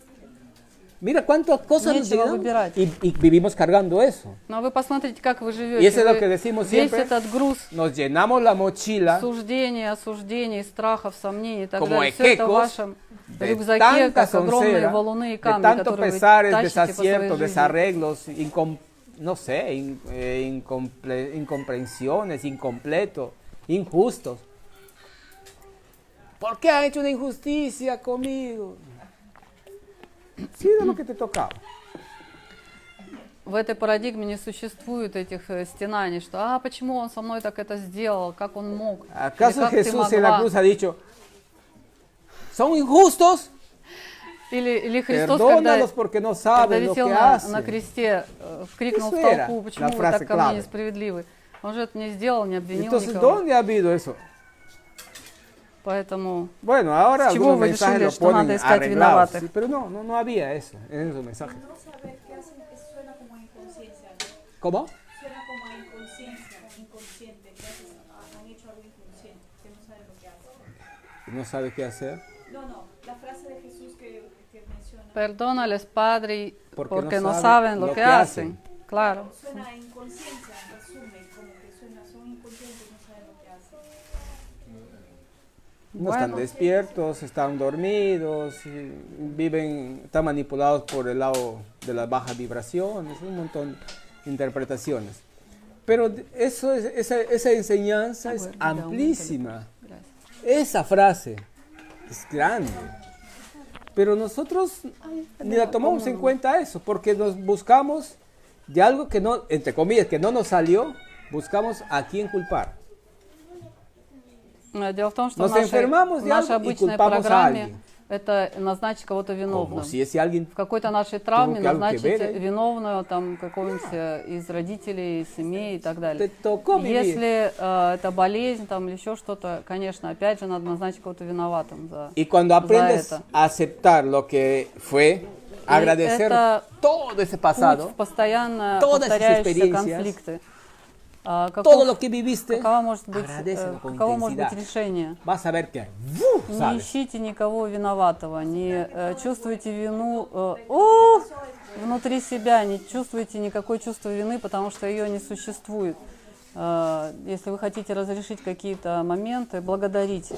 S1: Mira cuántas cosas nos
S2: Нечего
S1: llegan
S2: выбирать.
S1: y, y vivimos cargando eso.
S2: Но Ну, а вы посмотрите, как вы живете.
S1: Y eso es lo
S2: Вы
S1: que decimos
S2: весь
S1: siempre.
S2: этот груз
S1: Nos llenamos la mochila
S2: суждений, осуждений, страхов, сомнений и так
S1: Como
S2: далее. Все это в
S1: equecos.
S2: вашем
S1: de
S2: Рюкзаке,
S1: tanta
S2: как огромные
S1: soncera,
S2: валуны и
S1: de
S2: камни,
S1: tanto
S2: которые вы
S1: pesares,
S2: тащите по своей
S1: desaciertos,
S2: жизни.
S1: desarreglos, incom- no sé, in- eh, incomple- incomprensiones, incompletos, injustos. ¿Por qué han hecho una injusticia conmigo? Sí, era lo que te tocaba.
S2: В этой парадигме не существует этих э, стенаний, что «А, почему он со мной так это сделал? Как он мог? Или
S1: ¿Acaso
S2: как ты
S1: Jesús en la
S2: могла?»
S1: cruz ha dicho, son injustos?
S2: Или, или Христос, когда,
S1: Perdónalos porque no
S2: когда
S1: saben lo que
S2: висел на,
S1: hacen.
S2: на кресте, э, крикнул в
S1: Eso era
S2: толпу,
S1: la
S2: почему вы
S1: frase
S2: так ко мне
S1: clave.
S2: несправедливы? Он же это не сделал, не обвинил
S1: Entonces,
S2: никого.
S1: ¿dónde ha habido eso?
S2: Поэтому
S1: Bueno, ahora
S2: с чего
S1: algunos
S2: вы
S1: mensajes
S2: решили,
S1: lo
S2: что
S1: ponen
S2: надо искать
S1: arreglados,
S2: виноватых?
S1: sí, pero no, no, no había eso en esos mensajes.
S10: No saber qué hacen, eso suena como a inconsciencia. ¿no?
S1: ¿Cómo?
S10: Suena como a inconsciencia, inconsciente. que hacen- ha- han hecho algo inconsciente, que no saben lo que hacen.
S1: No sabe qué hacer.
S10: No, no, la frase de Jesús que, que menciona.
S2: Perdona les padre
S1: Porque
S2: porque,
S1: no
S2: no,
S1: saben
S2: saben
S1: lo
S2: lo que
S1: que
S2: hacen. Claro.
S10: Suena a inconsciencia, en resumen, como que suena, son inconscientes, no saben lo que hacen.
S1: No están
S10: Bueno.
S1: despiertos, están dormidos, y viven, están manipulados por el lado de las bajas vibraciones, un montón de interpretaciones. Pero de- eso es- esa, esa enseñanza es amplísima. Esa frase es grande. Pero nosotros ni la tomamos en cuenta eso, porque nos buscamos de algo que no, entre comillas, que no nos salió, buscamos a quién culpar.
S2: Э, Дело в том, что
S1: Nos
S2: в нашей-
S1: enfermamos
S2: в
S1: de
S2: нашей
S1: algo y
S2: обычной
S1: culpamos a
S2: программе
S1: alguien.
S2: это назначить кого-то виновным.
S1: Como si ese alguien
S2: В какой-то нашей травме
S1: que algo que
S2: назначить
S1: ver, ¿eh?
S2: виновную там какого-нибудь э, из родителей, семьи и так далее.
S1: vivir.
S2: Если э, это болезнь там или еще что-то, конечно, опять же надо назначить кого-то виноватым за.
S1: Y cuando
S2: за
S1: aprendes
S2: это.
S1: a aceptar lo que fue,
S2: И
S1: agradecer
S2: это
S1: todo ese
S2: путь
S1: pasado,
S2: в постоянно
S1: todas esas
S2: повторяющиеся
S1: experiencias,
S2: конфликты. А, каков-
S1: todo lo que viviste,
S2: какова может быть,
S1: agradecelo
S2: э,
S1: con
S2: каково может быть
S1: intensidad.
S2: решение?
S1: Vas a ver que
S2: Не
S1: sales.
S2: ищите никого виноватого, не э, чувствуйте вину э, о, внутри себя, не чувствуйте никакой чувства вины, потому что ее не существует. Э, Если вы хотите разрешить какие-то моменты, благодарите.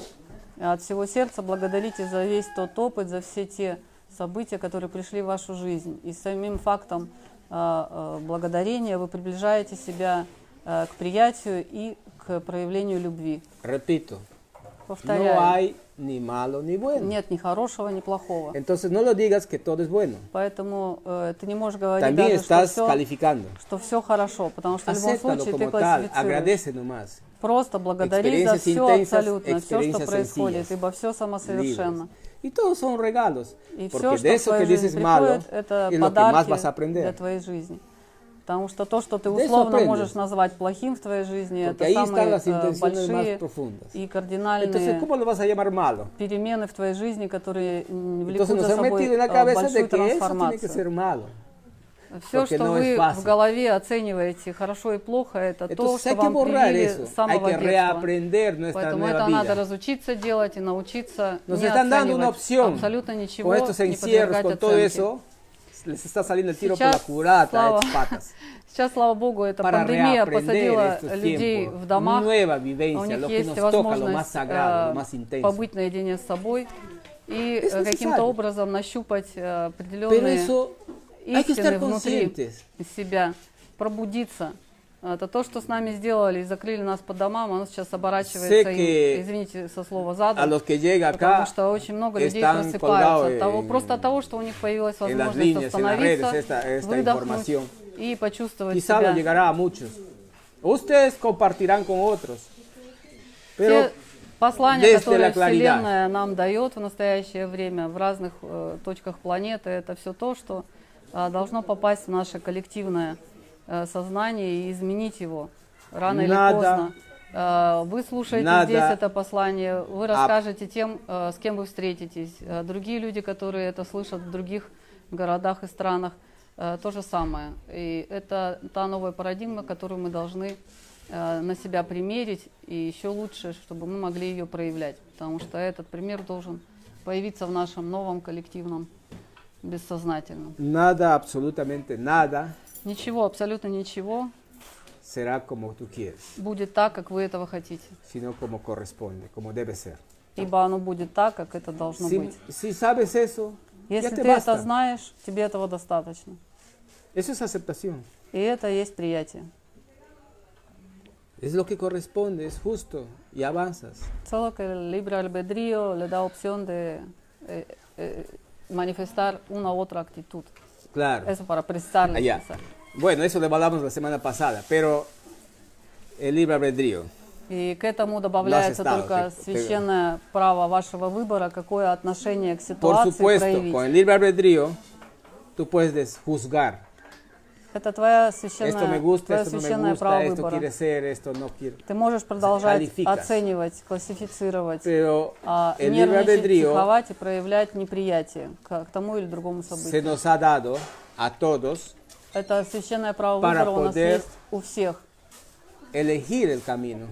S2: От всего сердца благодарите за весь тот опыт, за все те события, которые пришли в вашу жизнь. И самим фактом э, э, благодарения вы приближаете себя э, к приятию и к проявлению любви.
S1: repito,
S2: Повторяю.
S1: no hay ni malo ni bueno.
S2: Нет ни хорошего, ни плохого.
S1: Entonces no lo digas que todo es bueno.
S2: Поэтому э, ты не можешь говорить
S1: También
S2: даже,
S1: estás
S2: что, все,
S1: calificando.
S2: хорошо, потому что в любом
S1: Acéptalo
S2: случае ты
S1: como tal,
S2: классифицируешь.
S1: agradece nomás.
S2: Просто благодари за
S1: Experiencias
S2: все
S1: intensas,
S2: абсолютно, все, что
S1: experiencias
S2: происходит,
S1: sencillas,
S2: ибо все самосовершенно.
S1: Y todos son regalos.
S2: И все,
S1: Porque
S2: что
S1: de
S2: в
S1: eso que
S2: твою жизнь
S1: dices malo
S2: приходит, это
S1: es lo que más vas a
S2: подарки для
S1: aprender.
S2: твоей жизни. Потому что то, что ты
S1: De eso
S2: условно
S1: aprendes.
S2: можешь назвать плохим в твоей жизни,
S1: Porque
S2: это
S1: ahí están
S2: самые
S1: las
S2: э,
S1: intenciones más
S2: большие
S1: profundas.
S2: и
S1: Entonces,
S2: кардинальные
S1: ¿cómo lo vas a llamar malo?
S2: перемены в твоей жизни, которые м, влекут
S1: Entonces nos
S2: за
S1: han
S2: собой
S1: metido en
S2: э,
S1: la cabeza
S2: большую
S1: de que eso tiene que
S2: трансформацию.
S1: ser malo.
S2: Все,
S1: Porque
S2: что
S1: no
S2: вы
S1: es
S2: в
S1: fácil.
S2: голове оцениваете хорошо и плохо, это то,
S1: Entonces
S2: что
S1: hay que
S2: вам
S1: borrar
S2: привили
S1: eso,
S2: с
S1: hay
S2: самого
S1: que
S2: детства.
S1: reaprender nuestra
S2: Поэтому
S1: nueva
S2: это надо
S1: vida.
S2: разучиться делать и научиться
S1: Nos
S2: не
S1: están dando una
S2: оценивать
S1: opción.
S2: абсолютно ничего,
S1: Con estos
S2: не
S1: encierros,
S2: подвергать
S1: con todo
S2: оценке.
S1: eso, les está saliendo el tiro por la
S2: Сейчас,
S1: culata a
S2: слава,
S1: estas patas.
S2: сейчас, слава богу, эта
S1: Para
S2: пандемия
S1: reaprender
S2: посадила
S1: estos
S2: людей
S1: tiempos,
S2: в домах, А
S1: nueva
S2: у
S1: vivencia,
S2: них
S1: lo que
S2: есть
S1: nos toca, lo más
S2: возможность
S1: sagrado,
S2: э,
S1: lo más intenso.
S2: побыть наедине с собой и
S1: Es
S2: э, каким-то
S1: necesario.
S2: образом нащупать э,
S1: Pero
S2: определенные
S1: eso hay que
S2: истины
S1: estar
S2: внутри
S1: conscientes.
S2: себя, пробудиться. Это то, что с нами сделали и закрыли нас по домам, оно сейчас оборачивается,
S1: Sé
S2: им,
S1: que
S2: извините со слова задом,
S1: A los que llegan
S2: потому
S1: acá
S2: что очень много людей
S1: están
S2: просыпаются
S1: colgados
S2: от того,
S1: en-
S2: просто от того, что у них появилась
S1: en las
S2: возможность
S1: líneas, en las redes,
S2: остановиться,
S1: esta- esta
S2: выдохнуть
S1: información.
S2: и почувствовать
S1: Quizá
S2: себя.
S1: lo llegará a muchos. Ustedes compartirán con otros. Pero
S2: Те послания,
S1: desde
S2: которые
S1: la claridad.
S2: Вселенная нам дает в настоящее время в разных э, точках планеты, это все то, что э, должно попасть в наше коллективное э, сознание и изменить его рано
S1: Надо.
S2: или поздно. Э, Вы слушаете
S1: Надо.
S2: здесь это послание, вы расскажете тем, э, с кем вы встретитесь. Э, Другие люди, которые это слышат в других городах и странах, э, то же самое. И это та новая парадигма, которую мы должны э, на себя примерить, и еще лучше, чтобы мы могли ее проявлять, потому что этот пример должен появиться в нашем новом коллективном бессознательном.
S1: nada, absolutamente nada,
S2: Ничего, абсолютно ничего
S1: será como tú quieres,
S2: будет так, как вы этого хотите,
S1: sino como corresponde, como debe ser.
S2: ибо оно будет так, как это должно
S1: Si,
S2: быть.
S1: si sabes eso,
S2: Если
S1: ya
S2: ты
S1: te basta.
S2: это знаешь, тебе этого достаточно.
S1: Eso es aceptación.
S2: И это есть приятие.
S1: Es lo que corresponde, es justo y avanzas.
S2: Solo que el libre albedrío le da opción de eh, eh, manifestar una u otra actitud.
S1: Claro.
S2: Eso para prestarle.
S1: Allá. Bueno, eso lo hablamos la semana pasada, pero el libre albedrío.
S2: И к этому добавляется
S1: estado,
S2: только
S1: te- te-
S2: священное право вашего выбора, какое отношение к
S1: Por
S2: ситуации
S1: supuesto,
S2: проявить.
S1: con el libre albedrío tú puedes des- juzgar.
S2: Это твоя
S1: Esto me
S2: священное,
S1: gusta,
S2: твое
S1: esto no me
S2: священное право
S1: gusta, esto
S2: выбора.
S1: quiere ser, esto no quiere.
S2: Ты можешь продолжать
S1: Calificas.
S2: оценивать, классифицировать,
S1: Pero
S2: а,
S1: el libre
S2: нервничать,
S1: albedrío-
S2: психовать и проявлять неприятие к, к тому или другому
S1: Se
S2: событию.
S1: nos ha dado a todos
S2: Это священное право
S1: Para
S2: выбора у нас
S1: poder-
S2: есть у всех.
S1: elegir el camino.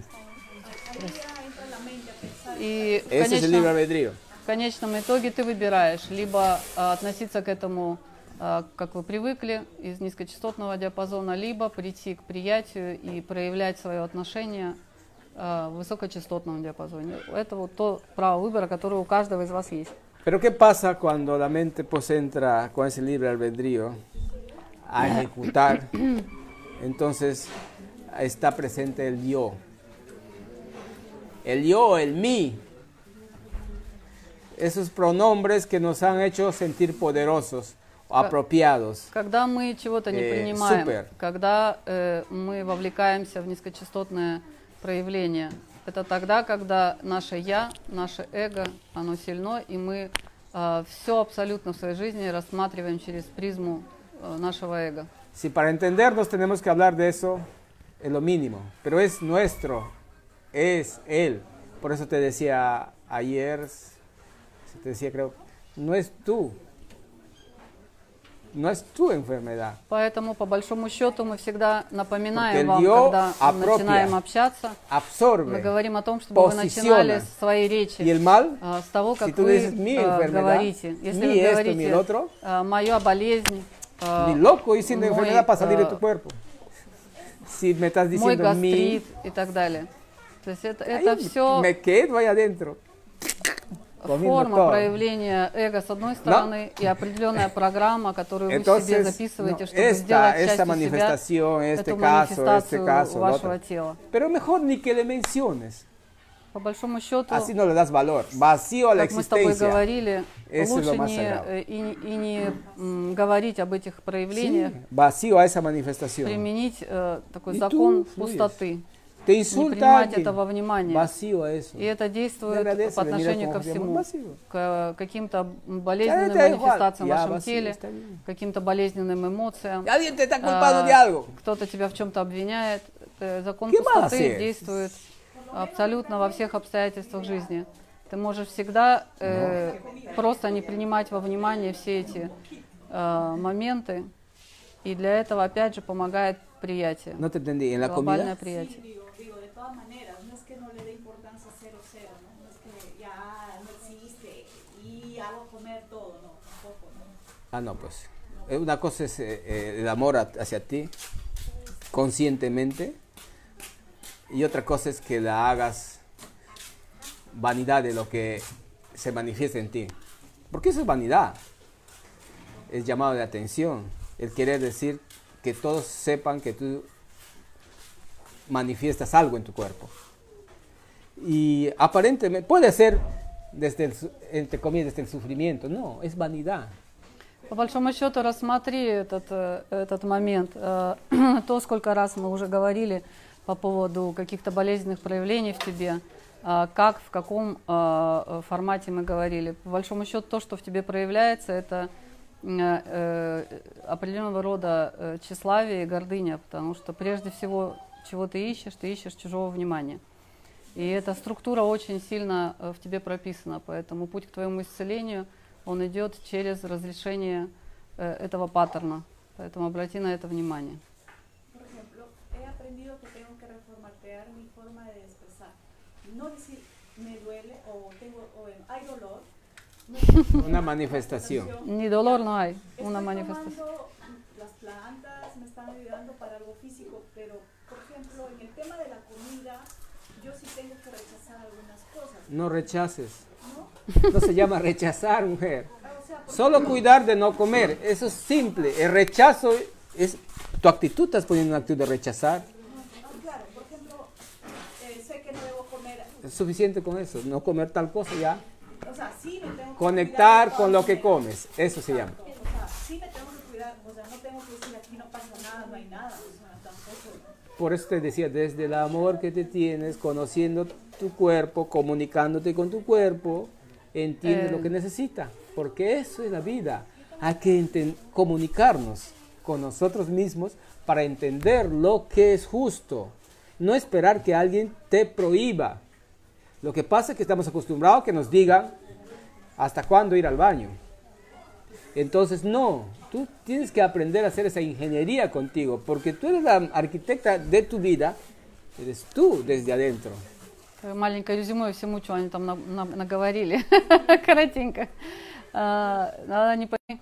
S2: И в
S1: Ese es el
S2: конечном,
S1: libre albedrío.
S2: в конечном итоге ты выбираешь либо а, относиться к этому, а, как вы привыкли, из низкочастотного диапазона, либо прийти к приятию и проявлять свое отношение а, в высокочастотном диапазоне. Это вот то право выбора, которое у каждого из вас есть.
S1: Pero ¿qué pasa cuando la mente pues entra con ese libre albedrío a ejecutar? Entonces está presente el yo. El yo, el mí. Esos pronombres que nos han hecho sentir poderosos o
S2: Ca-
S1: apropiados.
S2: Когда мы чего-то не
S1: Э,
S2: принимаем,
S1: супер.
S2: когда э, мы вовлекаемся в низкочастотное проявление, это тогда, когда наше я, наше эго, оно сильно, и мы все абсолютно в своей жизни рассматриваем через призму э, нашего эго.
S1: Si para entendernos tenemos que hablar de eso, es lo mínimo. Pero es nuestro, es Él. Por eso te decía ayer, se te decía creo, no es tú. No es tu enfermedad.
S2: Поэтому, по большому счету, мы всегда
S1: Porque
S2: напоминаем
S1: el
S2: вам,
S1: yo
S2: когда мы
S1: apropia,
S2: начинаем общаться, мы
S1: absorbe,
S2: говорим о том, чтобы вы начинали
S1: posiciona.
S2: с своей речи.
S1: Y el mal,
S2: а, с того, как
S1: si tú
S2: вы
S1: dices mi
S2: а,
S1: enfermedad,
S2: говорите. Если
S1: mi
S2: вы
S1: esto, mi
S2: говорите
S1: el otro,
S2: а, «моя болезнь», а,
S1: ni loco y sin
S2: мой,
S1: enfermedad para salir de
S2: а,
S1: tu cuerpo. Si me estás
S2: «мой
S1: diciendo mi,
S2: гастрит» и так далее. То есть это,
S1: ay,
S2: это все
S1: me quedo ahí adentro. comiendo
S2: форма
S1: todo.
S2: проявления эго с одной стороны и определенная программа, которую вы себе
S1: Entonces,
S2: записываете,
S1: no,
S2: чтобы
S1: esta-
S2: сделать
S1: esta
S2: частью
S1: manifestación,
S2: себя
S1: este
S2: эту
S1: caso, este
S2: манифестацию
S1: caso, lo
S2: вашего
S1: otro.
S2: тела.
S1: Pero mejor ni que le menciones.
S2: По большому счету,
S1: Así no le das valor. Vacío a la
S2: как мы с тобой
S1: existencia.
S2: говорили,
S1: Eso es
S2: лучше
S1: lo más
S2: не,
S1: sagrado.
S2: э, и, и не м, говорить об этих проявлениях,
S1: Vacío a esa manifestación.
S2: применить э, такой
S1: И
S2: закон
S1: тут есть.
S2: пустоты.
S1: Te
S2: не
S1: insulta
S2: принимать
S1: alguien.
S2: это во внимание.
S1: Vacío a eso.
S2: И это действует
S1: agradece,
S2: по
S1: mira
S2: отношению
S1: cómo
S2: ко
S1: se llama,
S2: всему,
S1: vacío.
S2: к э, каким-то болезненным
S1: Да, это igual.
S2: манифестациям в
S1: Я
S2: вашем
S1: vacío,
S2: теле,
S1: está bien.
S2: каким-то болезненным эмоциям.
S1: Alguien te está [laughs]
S2: А,
S1: culpando de algo.
S2: Кто-то тебя в чем-то обвиняет. Э, Закон
S1: ¿Qué vas a
S2: пустоты
S1: hacer?
S2: действует абсолютно во всех обстоятельствах жизни. Ты можешь всегда э, просто не принимать во внимание все эти э, моменты. И для этого, опять же, помогает приятие.
S1: No te entendí. ¿En la
S2: глобальное
S1: comida?
S2: приятие.
S10: digo, digo, de todas maneras, no es que no le dé importancia cero cero, ¿no? No es que ya no existe y hago comer todo, no, tampoco, ¿no?
S1: Ah, no, pues. Eh, Una cosa es eh, eh, el amor a- hacia ti, conscientemente. Y otra cosa es que la hagas vanidad de lo que se manifiesta en ti. Porque eso es vanidad. Es llamado de atención. El querer decir que todos sepan que tú manifiestas algo en tu cuerpo. Y aparentemente, puede ser desde el, su- entre comillas, desde el sufrimiento. No, es vanidad.
S2: По большому счету, рассмотри этот, э, этот момент. Э, [clears throat] То, сколько раз мы уже говорили по поводу каких-то болезненных проявлений в тебе, э, как, в каком э, формате мы говорили. По большому счету, то, что в тебе проявляется, это м, э, определенного рода э, тщеславие и гордыня, потому что прежде всего, чего ты ищешь, ты ищешь чужого внимания. И эта структура очень сильно э, в тебе прописана, поэтому путь к твоему исцелению, он идет через разрешение э, этого паттерна. Поэтому обрати на это внимание.
S10: Por ejemplo, he aprendido que tengo que reformatear mi forma de expresar. No decir me duele o tengo o el- hay dolor. No,
S1: Una manifestación.
S2: Ни долор, но ай, una
S10: Estoy
S2: manifestación.
S10: tomando las plantas, me están ayudando para algo físico, pero por ejemplo, en el tema de la comida, yo sí tengo que rechazar algunas cosas.
S1: No rechaces.
S10: ¿No?
S1: No se llama rechazar, mujer.
S10: O sea, porque-
S1: Solo cuidar de no comer. Eso es simple. El rechazo es... Tu actitud estás poniendo una actitud de rechazar.
S10: No, claro, por ejemplo, eh, sé que no debo comer,
S1: Es suficiente con eso. No comer tal cosa ya.
S10: o sea, sí me tengo que
S1: Conectar
S10: cuidar
S1: con lo que
S10: entonces,
S1: comes. Eso se llama.
S10: O sea, sí me tengo que cuidar, o sea, no tengo que decir aquí no pasa nada, no hay nada, o sea, tampoco.
S1: Por eso te decía, desde el amor que te tienes, conociendo tu cuerpo, comunicándote con tu cuerpo, entiendes
S2: Eh.
S1: lo que necesita. Porque eso es la vida. Hay que enten- comunicarnos con nosotros mismos para entender lo que es justo. No esperar que alguien te prohíba. Lo que pasa es que estamos acostumbrados a que nos digan hasta cuándo ir al baño. Entonces, no, tú tienes que aprender a hacer esa ingeniería contigo, porque tú eres la arquitecta de tu vida, eres tú desde adentro.
S2: Э, Маленькое резюме всему, что они там на- на- наговорили. [laughs] Коротенько. А, Надо не пони-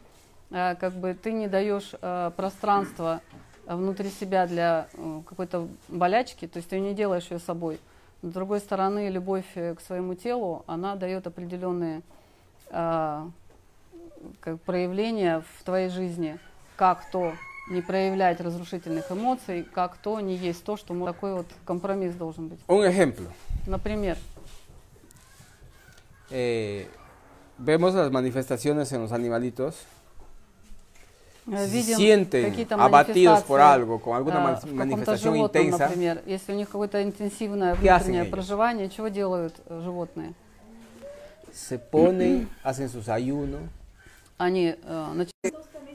S2: а, как бы ты не даешь а, пространства а, внутри себя для э, какой-то болячки, то есть ты не делаешь ее собой. С другой стороны, любовь э, к своему телу, она дает определенные а, как проявления в твоей жизни, как то не проявлять разрушительных эмоций, как то не есть то, что мо- такой вот компромисс должен быть.
S1: Un ejemplo,
S2: Например,
S1: eh, vemos las manifestaciones en los animalitos,
S2: э,
S1: Si
S2: видим
S1: sienten
S2: какие-то
S1: abatidos por
S2: manifestaции,
S1: algo, con alguna
S2: э,
S1: man-
S2: в каком-то
S1: manifestación
S2: животном,
S1: intensa.
S2: Например, если у них какое-то интенсивное
S1: ¿Qué hacen
S2: внутреннее
S1: ellos?
S2: проживание, чего делают э, животные?
S1: se ponen, hacen sus ayunos,
S2: Они э, начинают